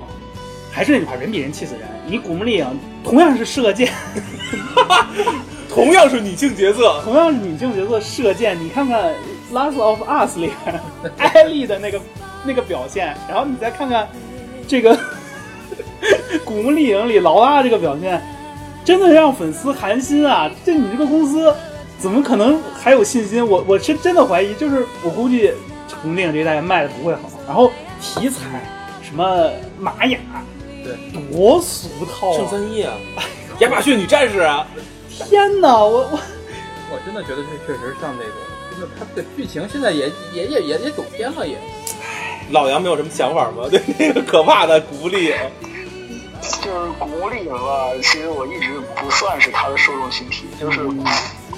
B: 还是那句话，人比人气死人。你古墓丽影同样是射箭，
C: 同样是女性角色，
B: 同样是女性角色射箭，你看看《Last of Us》里面艾莉的那个那个表现，然后你再看看这个 古墓丽影里劳拉这个表现，真的让粉丝寒心啊！这你这个公司怎么可能还有信心？我我是真的怀疑，就是我估计重定这一代卖的不会好。然后题材什么玛雅，
D: 对，
B: 多俗套
C: 圣
B: 啊！
C: 三一啊， 亚马逊女战士啊，
B: 天哪，我我
D: 我真的觉得这确实像那种，真的他这个剧情现在也也也也也走偏了也。
C: 老杨没有什么想法吗？ 对那个可怕的啊古力，
E: 啊就是古墓丽影吧，其实我一直不算是它的受众群体，就是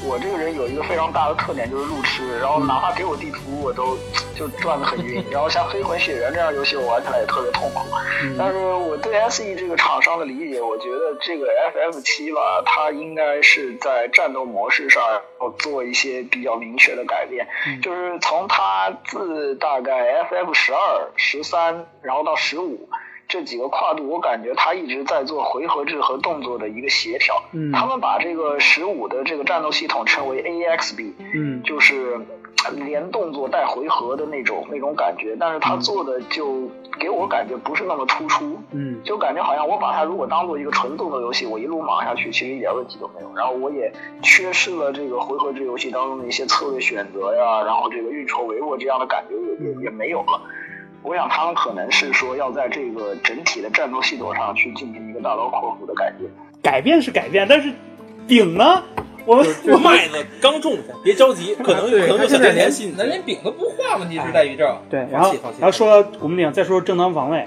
E: 我这个人有一个非常大的特点就是路痴，然后哪怕给我地图，我都就转的很晕。然后像《黑魂血缘》这样的游戏，我玩起来也特别痛苦。 但是我对 SE 这个厂商的理解，我觉得这个 FF 七吧，它应该是在战斗模式上要做一些比较明确的改变。就是从它自大概 FF 十二、十三，然后到十五。这几个跨度，我感觉他一直在做回合制和动作的一个协调。
B: 嗯
E: 他们把这个十五的这个战斗系统称为 AXB，
B: 嗯
E: 就是连动作带回合的那种那种感觉，但是他做的就给我感觉不是那么突出。
B: 嗯
E: 就感觉好像我把它如果当做一个纯动作游戏，我一路莽下去，其实一点问题都没有。然后我也缺失了这个回合制游戏当中的一些策略选择呀，然后这个运筹帷幄这样的感觉也也也没有了。我想他们可能是说要在这个整体的战斗系统上去进行一个大刀阔斧的改变。
B: 改变是改变，但但是饼呢？我们我们
C: 麦子刚种下，别着急，可能
D: 对
C: 可能
D: 他
C: 有小
D: 现在
C: 甜
D: 连
C: 甜吸引
D: 咱连饼都不画，问题是在于这儿。
B: 对，然
C: 放
B: 后
C: 弃放弃
B: 然后说到古墓丽影，再说说正当防卫，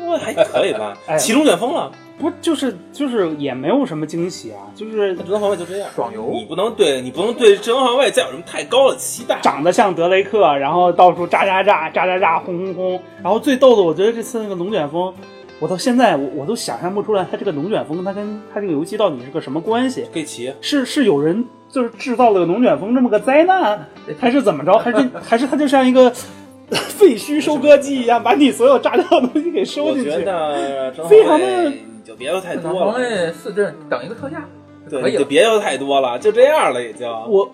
C: 我还 可以吧
B: 哎，
C: 其中卷风了，
B: 不就是就是也没有什么惊喜啊，就是
C: 那正当防卫就这样。
D: 爽游
C: 你不能对你不能对正当防卫再有什么太高的期待。
B: 长得像德雷克，然后到处炸炸炸炸炸炸轰轰轰，然后最逗的，我觉得这次那个龙卷风，我到现在我我都想象不出来，它这个龙卷风它跟它这个游戏到底是个什么关系？
C: 可以骑，
B: 是是有人就是制造了个龙卷风这么个灾难，还是怎么着？还是还是它就像一个 废墟收割机一样，把你所有炸掉的东西给收
C: 我
B: 进
C: 觉
B: 去？
C: 得正当
B: 非常
C: 防
B: 的
C: 卫你就别要太
D: 正当
C: 多
D: 防
C: 了，
D: 卫四阵等一个特价就可
C: 对，你
D: 以
C: 就
D: 了。
C: 别要太多了，就这样了，也就。
B: 我，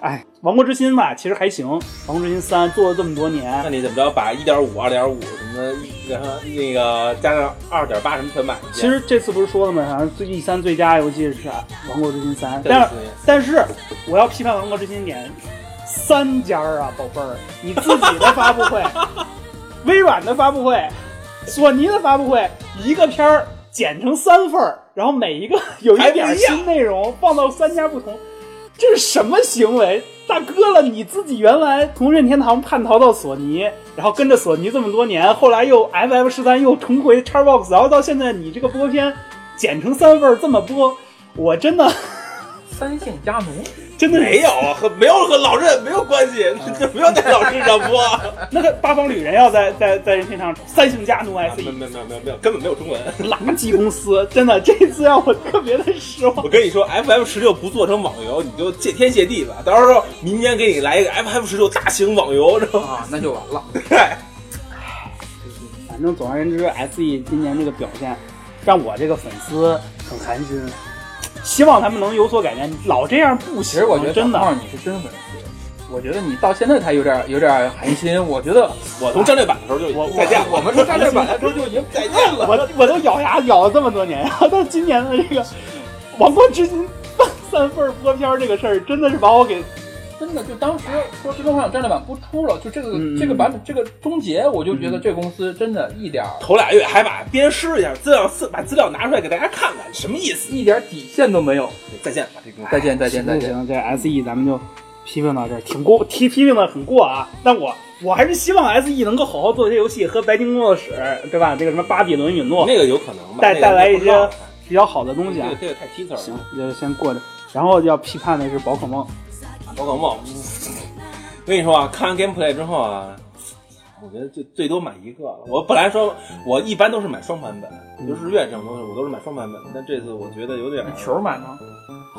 B: 哎，王国之心吧，其实还行，王国之心三做了这么多年
C: 那，你怎么着把一点五、二点五什么的，然后那个加上二点八什么全买一遍？
B: 其实这次不是说了吗？好像最 E 三最佳游戏是《王国之心三》，
C: 对
B: 但是
C: 对
B: 但是我要批判《王国之心》点，三家儿啊，宝贝儿，你自己的发布会，微软的发布会，索尼的发布会，一个片儿剪成三份儿，然后每一个有一点
C: 还
B: 儿
C: 不一样
B: 新内容，放到三家不同，这是什么行为？大哥了，你自己原来从任天堂叛逃到索尼，然后跟着索尼这么多年，后来又 FF 十三又重回 Xbox，然后到现在你这个播片剪成三份儿这么播，我真的
D: 三姓家奴，
B: 真的是
C: 没有啊和没有和老任没有关系， 就不要在老任上播。
B: 那个八方旅人要在在在任天堂三姓家奴
C: 没有
B: SE
C: 没有没有没有没有，根本没有中文。
B: 垃圾公司，真的这次让我特别的失望。
C: 我跟你说，FF 十六不做成网游，你就谢天谢地吧。到时候明年给你来一个 FF 十六大型网游，知道吗？
D: 啊，那就完了。
B: 反正总而言之，SE 今年这个表现让我这个粉丝很寒心，希望他们能有所改变。老这样不行，啊
D: 其实我觉得
B: 真
D: 小胖
B: 的，
D: 你是真粉丝，我觉得你到现在才有点有点寒心。我觉得
C: 我从战略版的时候就已经
B: 我
C: 再见，
D: 我们说战略版的时候就已经
C: 再见了。
B: 我我都咬牙咬了这么多年，然后到今年的这个《王冠之心》三份儿播片儿这个事儿，真的是把我给
D: 真的就当时说《最终幻想战略版》不出了，就这个、
B: 嗯
D: 这个版本这个终结，我就觉得这公司真的一点儿、
C: 头俩月还把鞭尸一下资料，把资料拿出来给大家看看，什么意思？
D: 一点底线都没有。
C: 再见吧，这个
D: 再见再见再见，
B: 行，这 SE 咱们就批评到这儿，挺过批批评的很过啊。但我我还是希望 SE 能够好好做这些游戏，和白金工作室对吧？这个什么巴比伦陨落
C: 哦那个有可能吧，
B: 带
C: 那个
B: 带来一
C: 不知道
B: 些比较好的东西
C: 这
B: 啊
C: 个。这个太 teaser 了。
B: 行，就先过着。然后要批判的是宝可梦，
C: 宝可梦，我跟你说啊，看完 gameplay 之后啊，我觉得最最多买一个。我本来说我一般都是买双版本，就是日月这种东西我都是买双版本，但这次我觉得有点
D: 球买吗？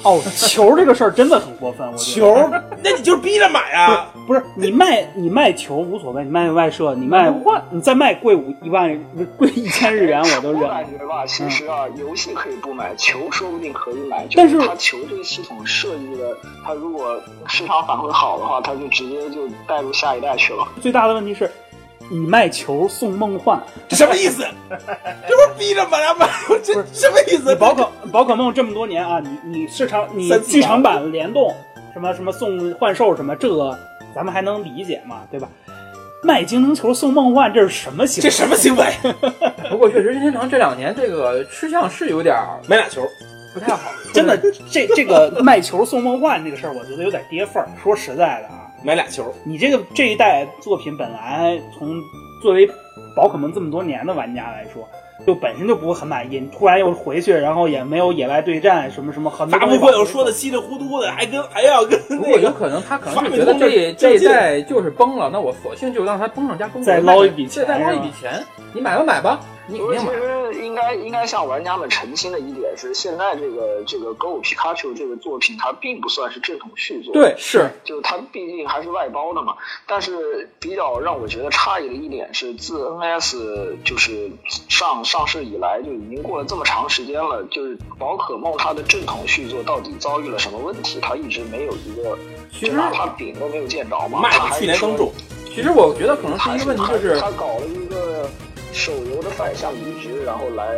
B: 哦，球这个事儿真的很过分，我觉得。，
C: 那你就是逼着买 啊！
B: 不是你卖你卖球无所谓，你卖外设，你卖换，你再卖贵五一万 不是贵一千日元我都
E: 我
B: 忍。
E: 感觉
D: 嗯
E: 吧，其实啊，游戏可以不买，球说不定可以买。
B: 但
E: 就是它球这个系统设计的，它如果市场反馈好的话，它就直接就带入下一代去了。
B: 最大的问题是，你卖球送梦幻，
C: 这什么意思？ 这不是逼着买啊买？这什么意思？
B: 你宝可宝可梦这么多年啊，你你市场你
C: 三次吧
B: 剧场版联动什么什么送幻兽什么，这个咱们还能理解嘛，对吧？卖精灵球送梦幻，这是什么行
C: 这
B: 为？
C: 什么 行为？
D: 不过确实，任天堂这两年这个吃相是有点儿
C: 买俩球，
D: 不太好，
B: 真的，这这 个卖球送梦幻这个事儿，我觉得有点跌份儿。说实在的啊，
C: 买俩球，
B: 你这个这一代作品本来从作为宝可梦这么多年的玩家来说，就本身就不是很满意，你突然又回去，然后也没有野外对战什么什么很多
C: 大
B: 东西
C: 部
B: 往回走。
C: 分又说的稀里糊涂的，还跟还要跟
D: 不过
C: 那个。
D: 有可能他可能
C: 发
D: 是
C: 明
D: 觉得
C: 通
D: 这
C: 这
D: 这一
C: 这
D: 代就是崩了，那我索性就让他崩上加崩，
B: 再
D: 我卖
B: 捞
D: 给
B: 一笔
D: 再再
B: 钱
D: 捞
B: 是
D: 一
B: 吧
D: 笔钱，你买吧买吧，你肯
E: 因为
D: 定
E: 其
D: 买。
E: 实应该应该向玩家们澄清的一点是，现在这个这个《Go Pikachu》这个作品，它并不算是正统续作，
D: 对，是
E: 就是它毕竟还是外包的嘛。但是比较让我觉得诧异的一点是，自 NS 就是上上市以来，就已经过了这么长时间了，就是宝可梦它的正统续作到底遭遇了什么问题，它一直没有一个，
D: 其
E: 就
D: 实
E: 哪怕饼都没有见着嘛。
C: 卖
E: 它还
C: 的
E: 是
C: 去年
E: 说
C: 刚中，
D: 其实我觉得可能是
E: 他
D: 一个问题，就是
E: 他搞了一个手游的反向移植，然后来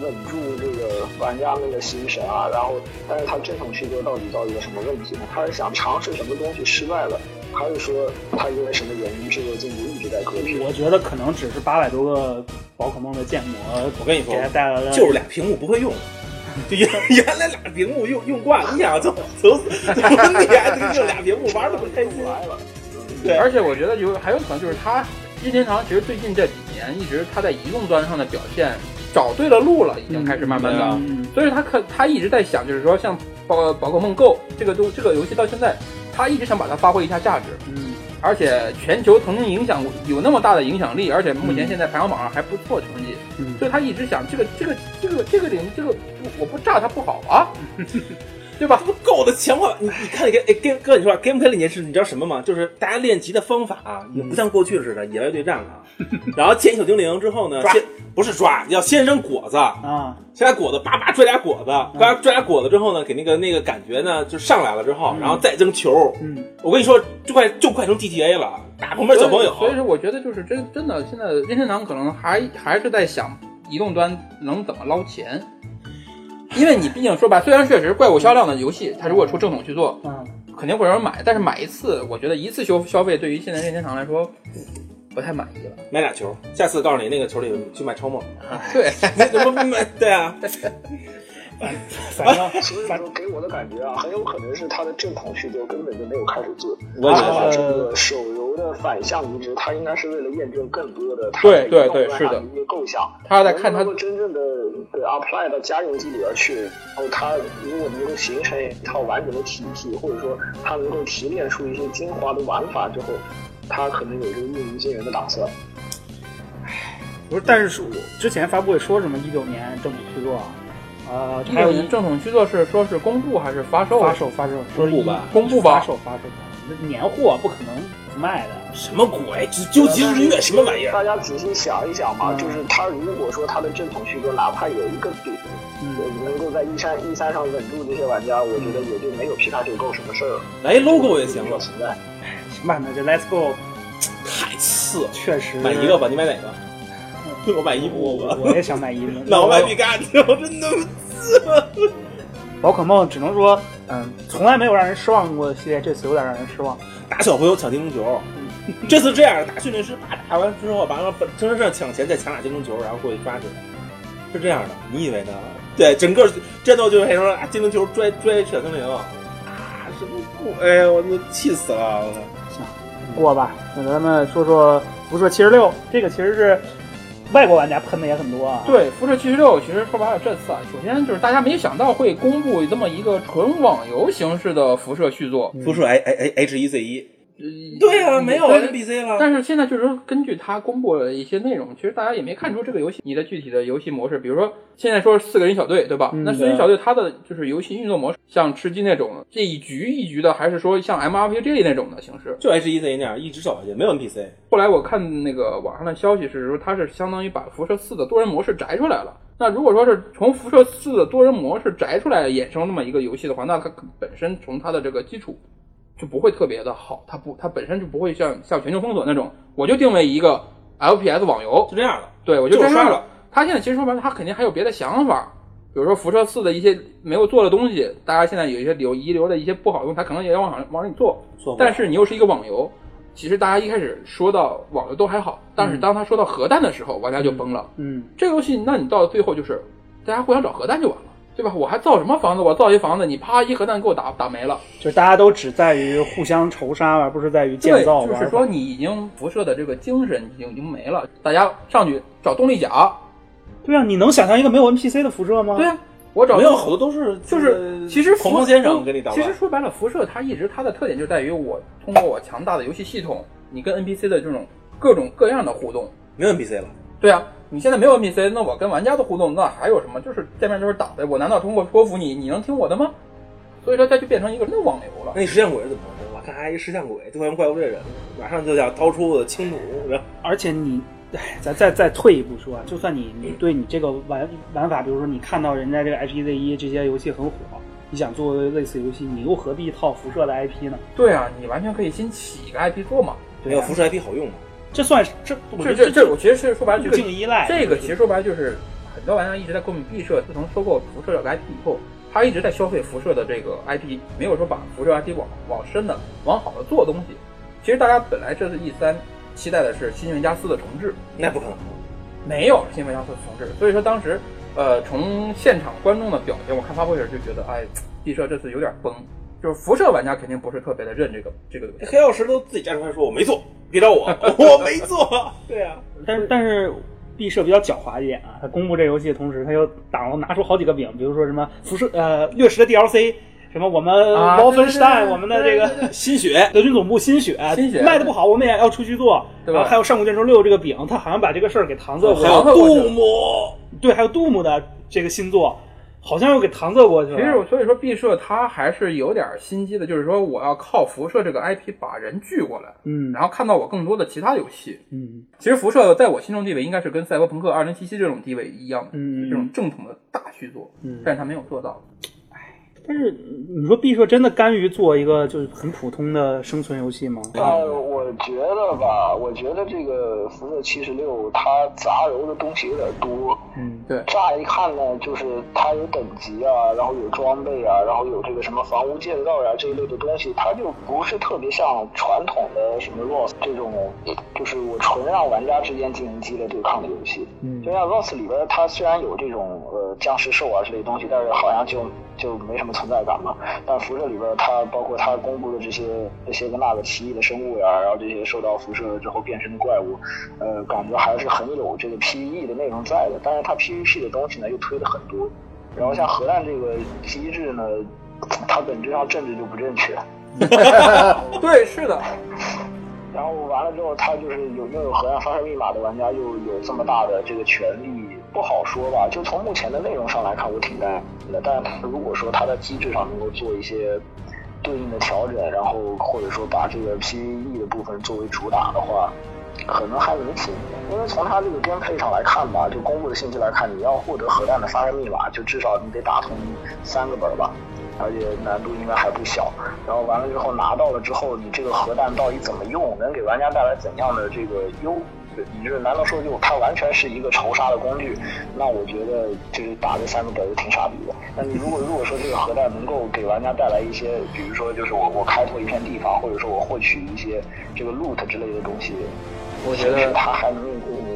E: 稳住这个玩家们的心神啊。然后，但是他正统续作到底遭遇了什么问题呢？他是想尝试什么东西失败了，还是说他因为什么原因制作进度一直在搁置？
B: 我觉得可能只是八百多个宝可梦的建模，
C: 我跟你说
B: 给，它带来了
C: 就是俩屏幕不会 用，就原原来俩屏幕用用惯了，你想从从从你还得用俩屏幕玩的不开心。
E: 来了，
C: 对
D: 而且我觉得有还有可能就是他任天堂其实最近这几年一直他在移动端上的表现找对了路了，已经开始慢慢的，
B: 嗯
D: 所以他可他一直在想，就是说像宝宝可梦 Go 这个都这个游戏到现在，他一直想把它发挥一下价值，
B: 嗯，
D: 而且全球曾经影响过有那么大的影响力，而且目前现在排行榜上还不错成绩，
B: 嗯
D: 所以他一直想这个这个这个这个领这个我不炸它不好啊，对吧？
C: 不够的强化，你你看你看，哎，跟哥你说，Game K 里面是你知道什么吗？就是大家练级的方法
D: 嗯
C: 啊，也不像过去似的野外对战 了。啊然后见小精灵之后呢，
B: 抓
C: 先不是抓，要先扔果子，
B: 啊，
C: 先拿果子叭叭拽俩果
D: 嗯
C: 子，抓拽俩果子之后呢，给那个那个感觉呢就上来了之
D: 嗯
C: 后，然后再扔球。
B: 嗯，
C: 我跟你说，就快就快成 GTA 了，打旁边小朋友。
D: 所以说，我觉得就是真真的，现在任天堂可能还还是在想移动端能怎么捞钱，因为你毕竟说白，虽然确实怪物销量的游戏，它如果出正统去做，
B: 嗯，
D: 肯定会有人买，但是买一次，我觉得一次消消费对于现在任天堂来说不太满意了。
C: 买俩球，下次告诉你那个球里有去买超 梦。
D: 对，
C: 那怎么买？对啊，
B: 反正
E: 所以说给我的感觉啊，很有可能是他的正统续作根本就没有开始做。
C: 我也觉
E: 它
C: 得
B: 啊
E: 这个手游的反向移植，它应该是为了验证更多的它
D: 对对
E: 这个
D: 对
E: 动漫
D: 是的
E: 上一些构想，
D: 他在看他
E: 能不能够真正的对 apply 到家用机里边去，然后它如果能够形成一套完整的体系，或者说它能够提炼出一些精华的玩法之后，它可能有这个一鸣惊人的打算。
B: 不是，但是是我之前发布会说什么一九年正统续作啊，呃，
D: 还
B: 还有
D: 有
B: 一
D: 正统去做是说是公布还是发售？
B: 发售发售，说是一
C: 公布吧
D: 公布吧
B: 发售发售，那年货不可能不卖的，
C: 什么鬼？究极日月什么玩意儿？
E: 大家仔细想一想
B: 嗯
E: 吧，就是它如果说它的正统续作哪怕有一个饼，
B: 嗯，
E: 呃能够在一三一三上稳住这些玩家，我觉得也就没有皮卡丘够什么事儿了。
C: 来 logo 也行了，
E: 存在。
B: 行吧，那这 Let's Go
C: 太次了。
B: 确实
C: 买一个吧，你买哪个？ 我买一部
B: 我
C: 吧。
B: 我也想买一个，
C: 那 我买皮卡丘，真的
B: 宝可梦只能说，嗯，从来没有让人失望过的系列，这次有点让人失望。
C: 打小朋友抢精灵球。这次这样，打训练师啪打完之后，完了精神上抢钱，再抢俩精灵球，然后过去抓起来，是这样的。你以为呢？对，整个战斗就是说啊，精灵球拽拽小精灵，啊，什么不？哎呀，我都气死了！我操！
B: 过吧。那咱们说说辐射七十六，这个其实是外国玩家喷的也很多啊。，
D: 对，辐射七十六其实说白了，这次啊，首先就是大家没想到会公布这么一个纯网游形式的辐射续作，
C: 不是 I I I H E C 一，
D: 呃
C: 嗯对啊，没有
D: 但是
C: NPC 了。
D: 但是现在就是说根据它公布的一些内容，其实大家也没看出这个游戏你的具体的游戏模式。比如说现在说是四个人小队，对吧？
B: 嗯
D: 那四个人小队它的就是游戏运作模式，像吃鸡那种这一局一局的，还是说像 MRPG 那种的形式？
C: 就 H E C 那样，一直走下去，没有 NPC。
D: 后来我看那个网上的消息是说，它是相当于把辐射四的多人模式摘出来了。那如果说是从辐射四的多人模式摘出来衍生那么一个游戏的话，那它本身从它的这个基础就不会特别的好，它不，它本身就不会像像全球封锁那种，我就定位一个 FPS 网游
C: 就，这样了。
D: 对我就
C: 就
D: 摘
C: 是
D: 出
C: 刷
D: 来
C: 了。
D: 他现在其实说白了，他肯定还有别的想法，比如说辐射四的一些没有做的东西，大家现在有一些留遗留的一些不好的东西，他可能也要往上往里做。
C: 做不了
D: 但是你又是一个网游，其实大家一开始说到网游都还好，但
C: 嗯
D: 是当他说到核弹的时候，玩家就崩了。
B: 嗯，
D: 这个游戏，那你到最后就是大家互相找核弹就完了，对吧？我还造什么房子？我造一房子，你啪一核弹给我打打没了。
B: 就是大家都只在于互相仇杀，而不是在于建
D: 对，
B: 造。
D: 就是说，你已经辐射的这个精神已经已经没了，大家上去找动力甲，
B: 对啊，你能想象一个没有 NPC 的辐射吗？
D: 对啊，我找
C: 嗯没有好多都是
D: 就是其实
C: 恐
D: 辐嗯
C: 龙先生跟你捣
D: 其
C: 乱
D: 实，说白了，辐射它一直它的特点就在于我通过我强大的游戏系统，你跟 NPC 的这种各种各样的互动。
C: 没有 NPC 了，
D: 对啊，你现在没有 NPC，那我跟玩家的互动那还有什么？就是见面就是打呗。我难道通过说服你，你能听我的吗？所以说它就变成一个那网游了
C: 那。你石像鬼是怎么回事？我看还一石像鬼，对方怪物猎人，马上就想掏出我的青弩，然后
B: 而且你，哎，咱再再退一步说啊，就算你你对你这个玩玩法，比如说你看到人家这个 IP Z 一这些游戏很火，你想做类似游戏，你又何必套辐射的 IP 呢？
D: 对啊，你完全可以先起一个 IP 做嘛。
C: 没有辐射 IP 好用吗？
B: 这算是这，我觉
D: 这
B: 得
D: 这
B: 这
D: 这，我其实是说白了，这
B: 路
D: 个啊
B: 径依赖，
D: 这个其实说白了就是很多玩家一直在诟病毕设，自从收购辐射这个 IP 以后，他一直在消费辐射的这个 IP，没有说把辐射 IP 往往深的、往好的做东西。其实大家本来这次 E 三期待的是新维加斯的重置，
C: 那不可能，
D: 没有新维加斯的重置，所以说当时呃从现场观众的表现，我看发布会时就觉得，哎，毕设这次有点崩。就是辐射玩家肯定不是特别的认这个这个游戏，
C: 黑曜石都自己站出来说我没 做，别找我，我没做。对啊，
B: 但是但是。毕设比较狡猾一点啊，他公布这游戏的同时，他又挡了拿出好几个饼，比如说什么辐射呃掠食的 DLC，什么我们
D: 啊
B: 猫芬施
D: 对对
B: 坦，
D: 对
B: 我们的这个
C: 心血
B: 德军总部新血，
D: 新血
B: 卖的不好，我们也要出去做，
D: 对吧哦
B: 然后还有《上古卷轴六》这个饼，他好像把这个事儿给搪塞过
C: 还
B: 去，
C: 有
D: 搪塞过去
C: 杜牧，
B: 对，还有杜牧的这个新作，好像又给搪塞过去了。
D: 其实我所以说，毕设他还是有点心机的，就是说我要靠辐射这个 IP 把人聚过来，
B: 嗯
D: 然后看到我更多的其他游戏。
B: 嗯
D: 其实辐射在我心中地位应该是跟赛博朋克2077这种地位一样的，
B: 嗯
D: 这种正统的大续作，
B: 嗯，
D: 但是他没有做到。
B: 但是你说毕设真的甘于做一个就是很普通的生存游戏吗？
D: 啊
E: 但呃我觉得吧，我觉得这个辐射七十六它杂糅的东西有点多。
B: 嗯，
D: 对，
E: 乍一看呢，就是它有等级啊，然后有装备啊，然后有这个什么房屋建造呀、这一类的东西，它就不是特别像传统的什么 ROS 这种，就是我纯让玩家之间进行激烈对抗的游戏。
B: 嗯
E: 就像 ROS 里边，它虽然有这种呃僵尸兽啊之类的东西，但是好像就就没什么存在感嘛。但辐射里边，它包括它公布的这些这些个那个奇异的生物呀、然后这些受到辐射之后变身的怪物，呃，感觉还是很有这个 PVE 的内容在的。但是它 PVP 的东西呢，又推的很多。然后像核弹这个机制呢，它本质上政治就不正确。
D: 对，是的，
E: 然后完了之后，他就是有拥有核弹发射密码的玩家又有这么大的这个权利，不好说吧。就从目前的内容上来看，我挺担心的。但如果说他在机制上能够做一些对应的调整，然后或者说把这个 PVE 的部分作为主打的话，可能还能行。因为从他这个编配上来看吧，就公布的信息来看，你要获得核弹的发射密码，就至少你得打通三个本儿吧。而且难度应该还不小。然后完了之后拿到了之后，你这个核弹到底怎么用，能给玩家带来怎样的这个优？你这难道说就它完全是一个仇杀的工具？那我觉得就是打这三个本就挺傻逼的。那你如果如果说这个核弹能够给玩家带来一些，比如说就是我我开拓一片地方，或者说我获取一些这个 loot 之类的东西，
D: 我觉得，
E: 它还能